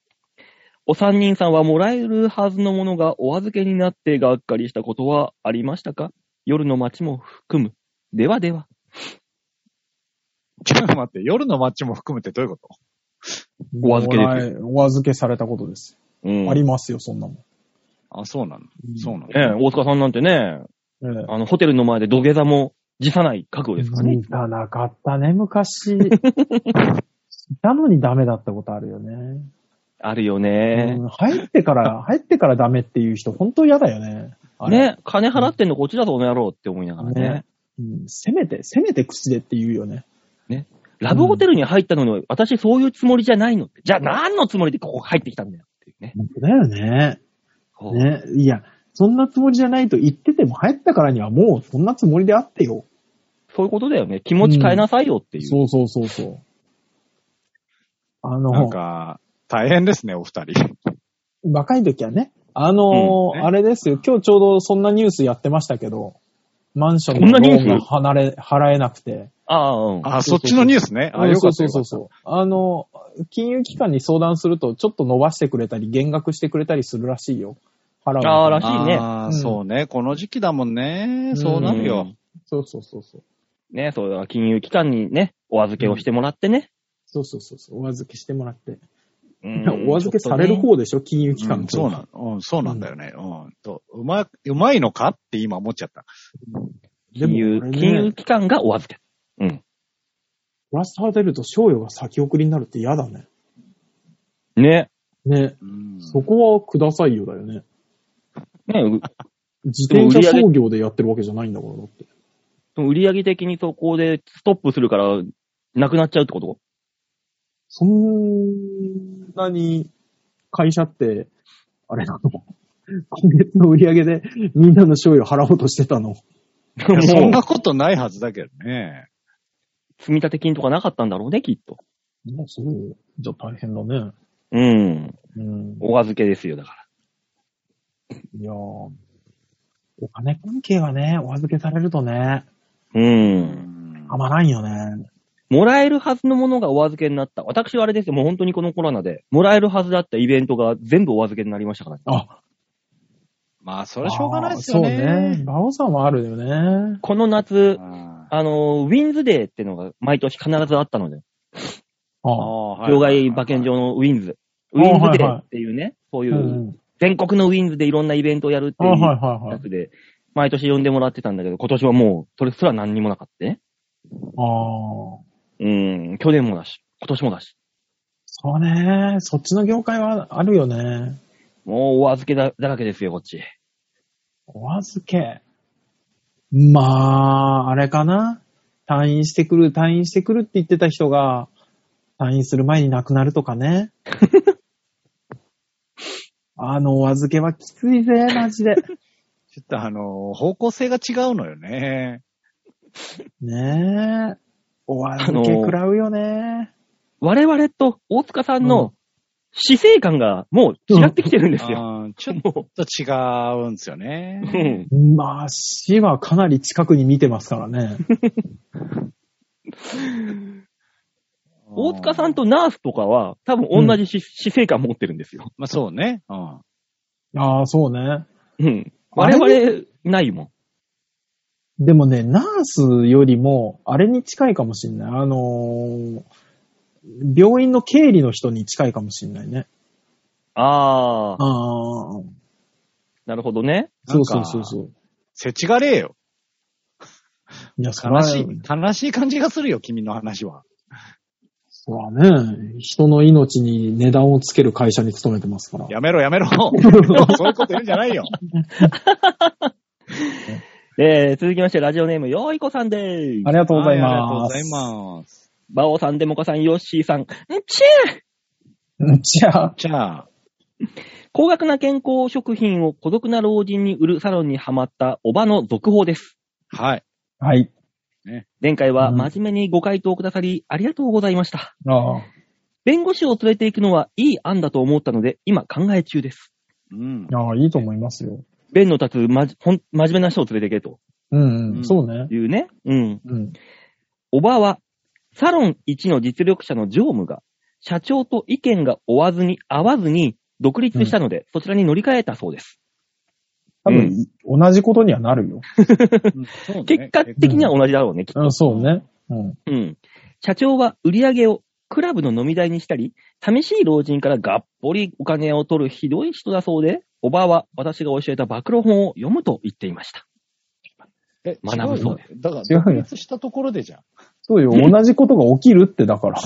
Speaker 2: お三人さんはもらえるはずのものがお預けになってがっかりしたことはありましたか夜の街も含む。ではでは。
Speaker 4: ちょっと待って、夜のマッチも含めてどういうこと
Speaker 3: ー
Speaker 2: お預けです
Speaker 3: す。お預けされたことです。
Speaker 2: うん
Speaker 3: ありますよ、そんなもん。
Speaker 4: あ、そうなの。そうなの。
Speaker 2: ねえ大塚さんなんてね、
Speaker 3: ええ
Speaker 2: あの、ホテルの前で土下座も辞さない覚悟ですからね
Speaker 3: 見。たなかったね、 [laughs] 昔。したのにダメだったことあるよね。
Speaker 2: あるよね。
Speaker 3: うん入ってから、入ってからダメっていう人、本当嫌だよね。あれ、
Speaker 2: ね、金払ってんのこっちだぞ、この野郎って思いながらね。
Speaker 3: ねうんせめて、せめて口でって言うよね。
Speaker 2: ラブホテルに入ったのに、私そういうつもりじゃないのって。じゃあ何のつもりでここ入ってきたんだよっていうね。
Speaker 3: 本当だよね。
Speaker 2: そう
Speaker 3: ね。いや、そんなつもりじゃないと言ってても入ったからにはもうそんなつもりであってよ。
Speaker 2: そういうことだよね。気持ち変えなさいよっていう。
Speaker 3: そうそうそうそう。あ
Speaker 4: なん
Speaker 3: の、
Speaker 4: か、大変ですね、お二人。
Speaker 3: 若い時はね、あのー
Speaker 4: うん
Speaker 3: あれですよ、今日ちょうどそんなニュースやってましたけど、マンション
Speaker 2: そんな
Speaker 3: の
Speaker 2: ニュ
Speaker 3: ロ
Speaker 2: ー
Speaker 3: ー
Speaker 2: ス
Speaker 3: ンが離れ、払えなくて。
Speaker 2: ああ、うん。
Speaker 4: あ、そっちのニュースね。あ、よか
Speaker 3: そ
Speaker 4: っ
Speaker 3: うそう
Speaker 4: たよか
Speaker 3: そ
Speaker 4: っ
Speaker 3: うそう。あの、金融機関に相談すると、ちょっと伸ばしてくれたり、減額してくれたりするらしいよ。払うのが。
Speaker 2: あーら
Speaker 4: た。
Speaker 2: しいね
Speaker 4: あー
Speaker 3: うん
Speaker 4: そうね。この時期だもんね。
Speaker 3: ん
Speaker 4: そうなるよ。
Speaker 3: そうそうそうそう。
Speaker 2: ね、そうだ、金融機関にね、お預けをしてもらってね。
Speaker 3: そうそうそうそう。お預けしてもらって。
Speaker 2: うん
Speaker 3: [laughs] お預けされる
Speaker 2: ちょっ
Speaker 3: 方でしょ、金融機関
Speaker 4: うん
Speaker 3: の
Speaker 4: そうなの。うん、そうなんだよね。うん。と、うま、うまいのかって今思っちゃった。
Speaker 2: とね金融、
Speaker 3: でもこれね
Speaker 2: 金融機関がお預け。うん。
Speaker 3: プラスター出ると、賞与が先送りになるって嫌だね。
Speaker 2: ね。
Speaker 3: ね。
Speaker 4: うん。
Speaker 3: そこはくださいよだよね。
Speaker 2: ね、う
Speaker 3: 自転車操業でやってるわけじゃないんだから、だって。
Speaker 2: 売り上げ的にそこでストップするから、なくなっちゃうってこと
Speaker 3: そんなに会社って、あれなの今月の売り上げでみんなの賞与払おうとしてたの。
Speaker 4: いやそん
Speaker 2: も
Speaker 4: な
Speaker 2: う
Speaker 4: ことないはずだけどね。
Speaker 2: 積み立て金とかなかったんだろうね、きっと。
Speaker 3: まあそう。じゃあ大変だね。
Speaker 2: うん。
Speaker 3: うん。
Speaker 2: お預けですよ、だから。
Speaker 3: いやーお金関係はね、お預けされるとね、
Speaker 2: う。
Speaker 4: うんん
Speaker 3: たまらんよね。
Speaker 2: もらえるはずのものがお預けになった。私はあれですよ、もう本当にこのコロナで、もらえるはずだったイベントが全部お預けになりましたからね。
Speaker 3: あ、
Speaker 4: まあ、それはしょうがないですよね。
Speaker 3: そうね。馬王さんはあるよね。
Speaker 2: この夏、
Speaker 4: あ
Speaker 2: あの、ウィンズデーってのが毎年必ずあったので、
Speaker 3: ああ。
Speaker 4: あ
Speaker 2: 両替馬券場のウィンズ。
Speaker 3: あ
Speaker 2: ウィンズデ
Speaker 3: はい
Speaker 2: ー
Speaker 3: はい
Speaker 2: っていうね、そう
Speaker 3: う
Speaker 2: い
Speaker 3: んう
Speaker 2: う、
Speaker 3: ん。
Speaker 2: 全国のウィンズでいろんなイベントをやるって
Speaker 3: あ
Speaker 2: い
Speaker 3: はいは
Speaker 2: う
Speaker 3: いは
Speaker 2: や
Speaker 3: い。
Speaker 2: つで、毎年呼んでもらってたんだけど、今年はもう、それすら何にもなかったね。
Speaker 3: ああ。
Speaker 2: うん、去年もだし、今年もだし。
Speaker 3: そうね。そっちの業界はあるよね。
Speaker 2: もうお預けだだらけですよ、こっち。
Speaker 3: お預け。まあ、あれかな。退院してくる、退院してくるって言ってた人が、退院する前に亡くなるとか
Speaker 4: [laughs]
Speaker 3: ね。あの、お預けはきついぜ、マジで。
Speaker 4: ちょっとあの、方向性が違うのよね。
Speaker 3: ねえ。お預け食らうよね。
Speaker 2: 我々と大塚さんの死生観がもう違ってきてるんですよ。
Speaker 4: うんちょっ
Speaker 2: も
Speaker 4: と違うんですよね
Speaker 2: う、う。ん。
Speaker 3: まあ、死はかなり近くに見てますからね。 [laughs]
Speaker 2: 大塚さんとナースとかは多分同じ死,、死生観持ってるんですよ。
Speaker 4: まあそうね。うん。
Speaker 3: ああ、そうね。
Speaker 2: うん。
Speaker 3: あ
Speaker 2: 我
Speaker 3: れ
Speaker 2: 々ないもん。
Speaker 3: でもね、ナースよりも、あれに近いかもしんない。あのー病院の経理の人に近いかもしんないね。
Speaker 2: ああ、
Speaker 3: ああ、
Speaker 2: なるほどね。
Speaker 3: そうそうそうそう。
Speaker 4: せちがれえよ。
Speaker 3: いや、そ
Speaker 4: 悲
Speaker 3: ら、
Speaker 4: しい、悲しい感じがするよ、君の話は。
Speaker 3: そらね、人の命に値段をつける会社に勤めてますから。
Speaker 4: やめろ、やめろ。そういうこと言うんじゃないよ。
Speaker 2: えー、続きまして、ラジオネーム、よーいこさんでーす。
Speaker 3: [laughs] ありがとうございます。
Speaker 4: はありがとうございます。
Speaker 2: バオさん、デモカさん、ヨッシーさん、んちぇ
Speaker 3: うんじゃあ、
Speaker 4: じゃあ、
Speaker 2: 高額な健康食品を孤独な老人に売るサロンにハマったおばの続報です。
Speaker 4: はい。
Speaker 3: はい。
Speaker 2: 前回は
Speaker 3: うん
Speaker 2: 真面目にご回答くださり、ありがとうございました。
Speaker 3: ああ
Speaker 2: 弁護士を連れて行くのはいい案だと思ったので、今考え中です。 [laughs]
Speaker 4: うん。
Speaker 3: ああ、いいと思いますよ。
Speaker 2: 弁の立つ、まじ、ほん、真面目な人を連れて行け
Speaker 3: うん、うん、
Speaker 4: うん
Speaker 3: そうね
Speaker 2: と。いうね。うん。
Speaker 3: うん。
Speaker 2: おばは、サロン一の実力者の常務が、社長と意見が追わずに、合わずに、独立したので、そちらに乗り換えたそうです。
Speaker 3: 多分、同じことにはなるよ。
Speaker 4: そうね
Speaker 2: 結果的には同じだろうね、きっと
Speaker 3: うん、そうね。うん。
Speaker 2: うん。社長は売り上げをクラブの飲み代にしたり、寂しい老人からがっぽりお金を取るひどい人だそうで、おばあは私が教えた暴露本を読むと言っていました。
Speaker 4: え、
Speaker 2: 学ぶそう
Speaker 4: 違よだから、
Speaker 3: 違うよ
Speaker 4: 独立したところでじゃん。 [laughs]
Speaker 3: そうよ、
Speaker 2: うん
Speaker 3: 同じことが起きるってだ [laughs] から。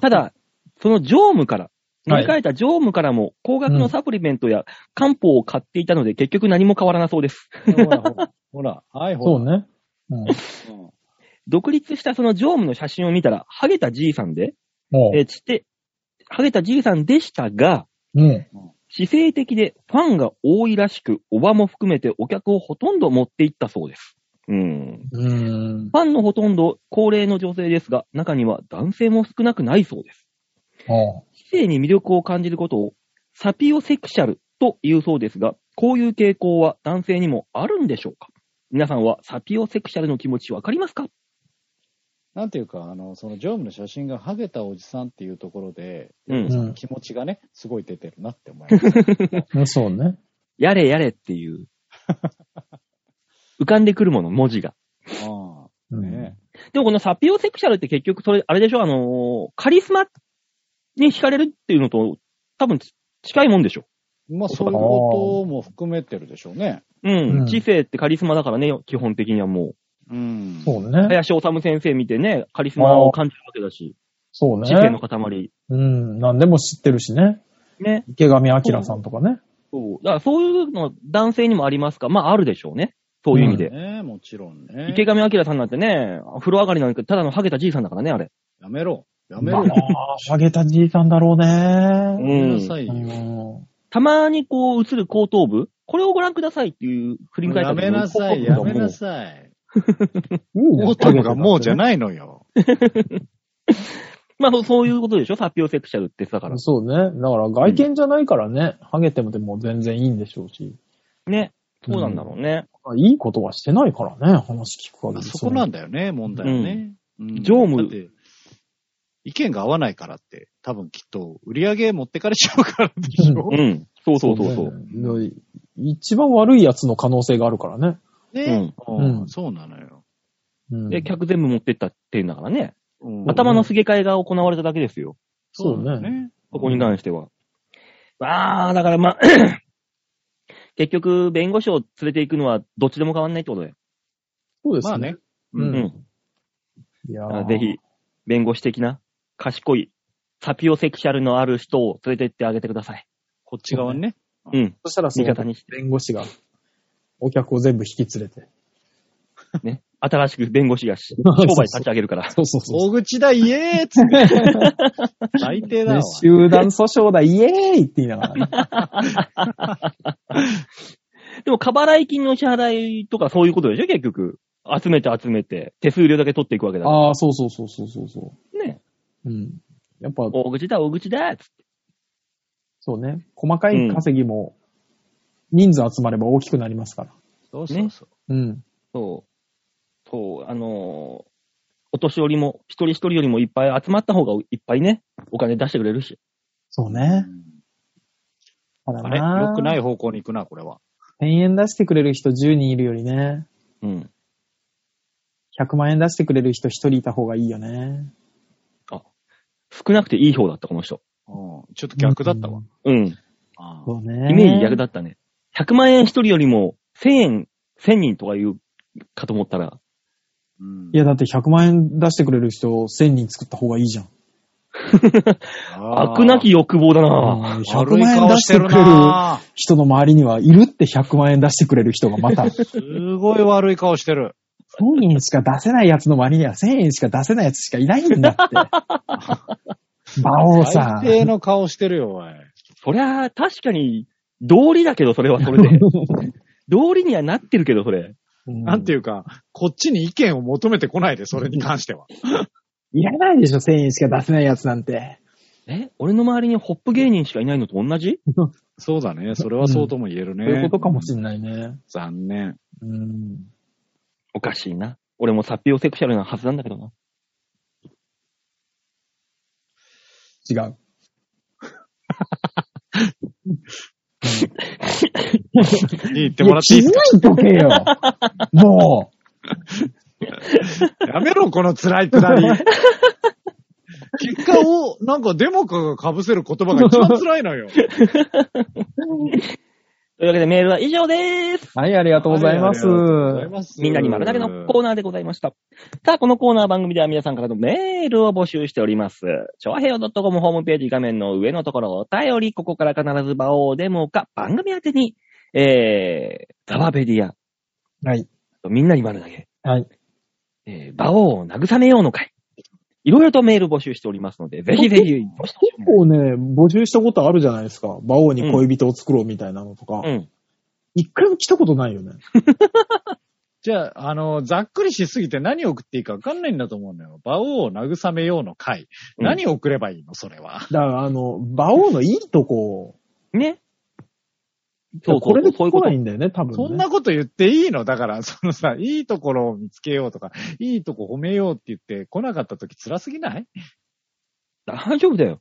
Speaker 2: ただ、その常務から、乗
Speaker 3: はい
Speaker 2: り換えた常務からも、高額のサプリメントや漢方を買っていたので、結局何も変わらなそうです。
Speaker 4: ほら、ほら、ほら、はい、
Speaker 3: そ
Speaker 4: ほ
Speaker 3: うね。うん。
Speaker 4: ら。うん
Speaker 2: 独立したその常務の写真を見たら、ハゲたじいさんで、
Speaker 3: も
Speaker 2: えーちって、ハゲたじいさんでしたが、
Speaker 3: う、うん。
Speaker 2: 姿勢的でファンが多いらしく、おばも含めてお客をほとんど持っていったそうです。うん。
Speaker 3: うーん。
Speaker 2: ファンのほとんど高齢の女性ですが、中には男性も少なくないそうです。
Speaker 3: あ
Speaker 2: 姿勢に魅力を感じることをサピオセクシャルと言うそうですが、こういう傾向は男性にもあるんでしょうか皆さんはサピオセクシャルの気持ちわかりますか
Speaker 4: なんていうか、あの、その常務の写真がハゲたおじさんっていうところで、
Speaker 2: うん
Speaker 3: うん
Speaker 4: 気持ちがね、すごい出てるなって思います。
Speaker 3: あ。そうね。
Speaker 2: やれやれっていう。浮かんでくるもの、文字が。
Speaker 4: あ
Speaker 3: [laughs] う
Speaker 4: あ、
Speaker 3: ん
Speaker 4: ね
Speaker 2: でもこのサピオセクシャルって結局それ、あれでしょあのーカリスマに惹かれるっていうのと多分ち近いもんでしょ
Speaker 4: まあ、そういうことも含めてるでしょうね。
Speaker 2: うん。
Speaker 3: うん
Speaker 2: 知性ってカリスマだからね、基本的にはもう。
Speaker 4: うん。
Speaker 3: そうね。
Speaker 2: 林修先生見てね、カリスマを感じるわけだし、
Speaker 3: そう
Speaker 2: 知性
Speaker 3: ね
Speaker 2: の。塊。
Speaker 3: うん。何でも知ってるしね。
Speaker 2: ね。
Speaker 3: 池上彰さんとかね。
Speaker 2: そう。だからそういうのは男性にもありますかまああるでしょうね。そういう意味で。
Speaker 4: ねもちろんね。
Speaker 2: 池上彰さんなんてね、風呂上がりなんかただのハゲたじいさんだからね、あれ。
Speaker 4: やめろ。やめ
Speaker 3: ま
Speaker 4: ろ。
Speaker 3: あ、ハゲたじいさんだろう
Speaker 4: や
Speaker 3: ね。
Speaker 4: めなさいよ。
Speaker 3: うん
Speaker 2: たまにこう映る後頭部、これをご覧くださいっていう振り返った
Speaker 4: や
Speaker 2: 時
Speaker 4: め
Speaker 2: の
Speaker 4: な
Speaker 2: 後頭
Speaker 4: さ
Speaker 2: 部
Speaker 4: い、
Speaker 2: が
Speaker 4: や
Speaker 2: もう
Speaker 4: めなさい。
Speaker 3: も
Speaker 4: もうともがもうじゃ
Speaker 3: い
Speaker 4: ないのよ。
Speaker 2: まあそうそういうことでしょサピオセクシャルってだか
Speaker 3: からら。。そうね。だから外見じゃないからね。ハゲてもでも全然いいんでしょうし。
Speaker 2: ね。そうなんだろうね。
Speaker 3: まあいいことはしてないからね。話聞く限り。
Speaker 4: そこなんだよね、問題はね。うん
Speaker 2: 常務
Speaker 4: だって意見が合わないからって、多分きっと売り上げ持ってかれちゃうからでしょ
Speaker 2: う。ん。そうそうそうそう。
Speaker 3: うね。一番悪いやつの可能性があるからね。
Speaker 4: ね、
Speaker 3: ん
Speaker 4: うんそうなのよ。
Speaker 3: うん
Speaker 2: で、客全部持ってったっていうんだからね。
Speaker 4: うん
Speaker 2: 頭のすげ替えが行われただけですよ。
Speaker 3: そうね
Speaker 4: だよね。
Speaker 2: そこに関しては。ああ、だからまあ、 [coughs] 結局、弁護士を連れて行くのはどっちでも変わんないってことだよ。
Speaker 3: そうで
Speaker 4: まあね。。
Speaker 3: う。
Speaker 2: うんん。
Speaker 3: いや
Speaker 2: だから
Speaker 3: ー
Speaker 2: ぜ。ひ、弁護士的な、賢い、サピオセクシャルのある人を連れて行ってあげてください。
Speaker 5: こっち側にね。
Speaker 2: うん。
Speaker 3: そしたら、そ
Speaker 2: 味
Speaker 3: の
Speaker 2: 方にして。
Speaker 3: 弁護士が、お客を全部引き連れて。
Speaker 2: ね。新しく弁護士がし商
Speaker 3: [laughs] そうそう
Speaker 2: 売立ち上げるから。
Speaker 3: そうそうそう。
Speaker 4: 大口だ、イエーっつって。最低だわ
Speaker 3: ね。集団訴訟だ、イエーイって言いながら
Speaker 2: [laughs]
Speaker 3: ね。
Speaker 2: でも、過払い金の支払いとかそういうことでしょ結局。集めて集めて、手数料だけ取っていくわけだか
Speaker 3: ああ、そうそうそうそうそうそ
Speaker 2: ら。ね。
Speaker 3: う。うん。やっぱ、
Speaker 2: 大口だ、大口だ、つって。
Speaker 3: そうね。細かい稼ぎも、人数集まれば大きくなりますから。
Speaker 4: そう
Speaker 2: そう
Speaker 4: そう。
Speaker 3: うん。
Speaker 2: そう。そう、あのーお年寄りも、一人一人よりもいっぱい集まった方がいっぱいね、お金出してくれるし。
Speaker 3: そうね。あら。
Speaker 5: あれ良くないい方向に行くな、これは。
Speaker 3: 1000円出してくれる人10人いるよりね、
Speaker 2: うん。
Speaker 3: 100万円出してくれる人1人いた方がいいよね。
Speaker 2: 少なくていい方だった、この人。
Speaker 5: うん。ちょっと逆だったわ
Speaker 3: う。ん。
Speaker 2: うん。
Speaker 5: あ
Speaker 3: そうね。
Speaker 2: イメージ逆だったね。100万円一人よりも、1000円、1000人とか言うかと思ったら、
Speaker 5: うん
Speaker 3: いや、だって100万円出してくれる人1000人作った方がいいじゃん。
Speaker 5: あー
Speaker 2: 悪なき欲望だな
Speaker 3: うん100
Speaker 5: 悪い
Speaker 3: 万円
Speaker 5: 顔
Speaker 3: 出
Speaker 5: し
Speaker 3: して
Speaker 5: て
Speaker 3: く
Speaker 5: る
Speaker 3: れる
Speaker 5: な
Speaker 3: 人の周りにはいるって100万円出してくれる人がまた、1000 [laughs]
Speaker 5: すごい悪い顔してる。
Speaker 3: 円しか出せないやつの周りには1000円しか出せないやつしかいないんだって。馬王さ
Speaker 4: 最
Speaker 3: ん。
Speaker 4: 低の顔してるよ、おい。
Speaker 2: そりゃ、確かに、道理だけど、それはそれ
Speaker 3: [laughs]
Speaker 2: で。道理にはなってるけど、それ。
Speaker 4: なんて
Speaker 3: いう
Speaker 4: いうか、こっちに意見を求めてこないで、それに関しては。
Speaker 3: いらないでしょ、1000円しか出せないやつなんて。
Speaker 2: え俺の周りにホップ芸人しかいないのと同じ
Speaker 4: そうだね。それはそうとも言えるね。
Speaker 3: そういうことかもしんないね。
Speaker 4: 残念。
Speaker 3: うん。
Speaker 2: おかしいな。俺もサピオセクシャルなはずなんだけどな。
Speaker 3: 違う。
Speaker 4: 言ってもらっていいですか
Speaker 3: 気づいとけよ
Speaker 4: [laughs]
Speaker 3: も
Speaker 4: やめろ、この辛いくだり。 [laughs] 結果を、なんかデモカが被せる言葉が一番辛いのよ。
Speaker 2: というわけでメールは以上でーす。
Speaker 3: うはい、ありがとうございます。
Speaker 4: ありがとうございます
Speaker 2: みんなに丸投げのコーナーでございました。さあ、このコーナー番組では皆さんからのメールを募集しております。超平洋 .com ホームページ画面の上のところをお便り、ここから必ず場をデモか番組宛てに、えー、ザワベリア、
Speaker 3: はい。
Speaker 2: みんなに丸投げ、
Speaker 3: はい。
Speaker 2: えー、馬王を慰めようの会。いろいろとメール募集しておりますので、ぜひぜひ、どしどし
Speaker 3: 結構ね、募集したことあるじゃないですか。馬王に恋人を作ろうみたいなのとか
Speaker 2: う。ん。
Speaker 3: 一回も来たことないよね。
Speaker 4: じゃあ、あの、ざっくりしすぎて何送っていいか分かんないんだと思うのよ。馬王を慰めようの会。
Speaker 2: うん
Speaker 4: 何送ればいいのそれは。
Speaker 3: だから、あの、馬王のいいとこ、
Speaker 2: ね。そうそ
Speaker 3: こ
Speaker 2: う
Speaker 3: れ
Speaker 2: そう、
Speaker 3: で
Speaker 2: そういう
Speaker 3: 来
Speaker 2: こ
Speaker 3: な
Speaker 2: と
Speaker 3: い。んだよね、多分、ね。
Speaker 4: そんなこと言っていいのだから、 [laughs] そのさ、いいところを見つけようとか、いいとこ褒めようって言って来なかった時辛すぎない
Speaker 2: 大丈夫だよ。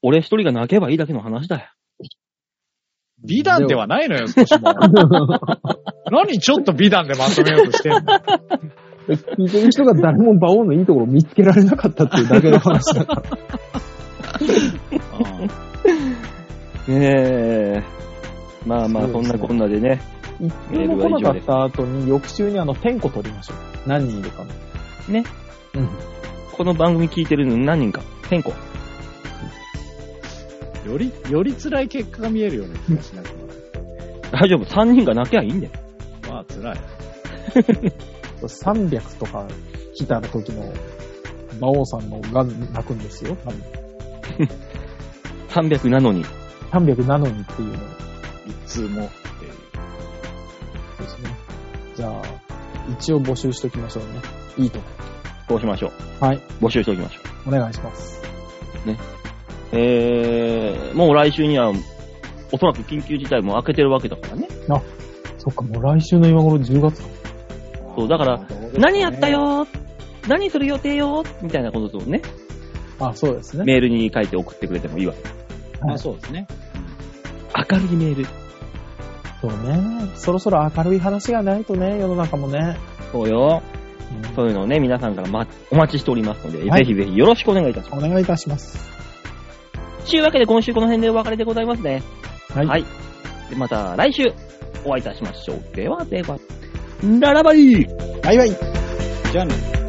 Speaker 2: 俺一人が泣けばいいだけの話だよ。
Speaker 4: 美談ではないのよ、少しも。
Speaker 2: [laughs]
Speaker 4: 何ちょっと美談でまとめようとしてんの
Speaker 3: 聞いてる人が誰も馬王のいいところを見つけられなかったっていうだけの話だ
Speaker 4: [laughs]
Speaker 3: から。
Speaker 2: ねえ。まあまあ、
Speaker 3: そ
Speaker 2: そうん
Speaker 3: ですね
Speaker 2: なこんなでね。
Speaker 3: 一回も来なかった後に、翌週にあの、点呼取りましょう。何人いるかの。
Speaker 2: ね。
Speaker 3: うん。
Speaker 2: この番組聞いてるの何人か。1000個。
Speaker 4: より、より辛い結果が見えるような気がしなくもない
Speaker 2: 大丈夫。3人が泣けばいいんだよ。
Speaker 4: まあ、辛い。
Speaker 3: 300とか来た時の、馬王さんのが泣くんですよ。多分
Speaker 2: 300なのに。
Speaker 3: 300なのにっていうの
Speaker 4: いつも。
Speaker 3: ですね。じゃあ、一応募集しておきましょうね。いいとこ。
Speaker 2: こうしましょ
Speaker 3: はい。
Speaker 2: う。募集しておきましょ
Speaker 3: お願いします。
Speaker 2: う。えー、もう来週には、おそらく緊急事態も明けてるわけだからね。
Speaker 3: そっか、もう来週の今頃10月か。
Speaker 2: そうだから
Speaker 4: あー、どうですかね
Speaker 2: 何やったよー何する予定よーみたいなことをね、
Speaker 3: あ、そうですね。
Speaker 2: メールに書いて送ってくれてもいいわけ。
Speaker 4: あ、そうですね。
Speaker 2: 明るいメール。
Speaker 3: そうね。そろそろ明るい話がないとね、世の中もね。
Speaker 2: そうよ。
Speaker 3: うん
Speaker 2: そういうのをね、皆さんからまお待ちしておりますので、
Speaker 3: はい
Speaker 2: ぜひぜひよろしくお願いいたしま
Speaker 3: お願いいたします。
Speaker 2: す。というわけで今週この辺でお別れでございますね。
Speaker 3: はい
Speaker 2: はい。でまた来週、お会いいたしましょう。ではでは、ならばいい
Speaker 6: バイバイ。
Speaker 4: じゃあね。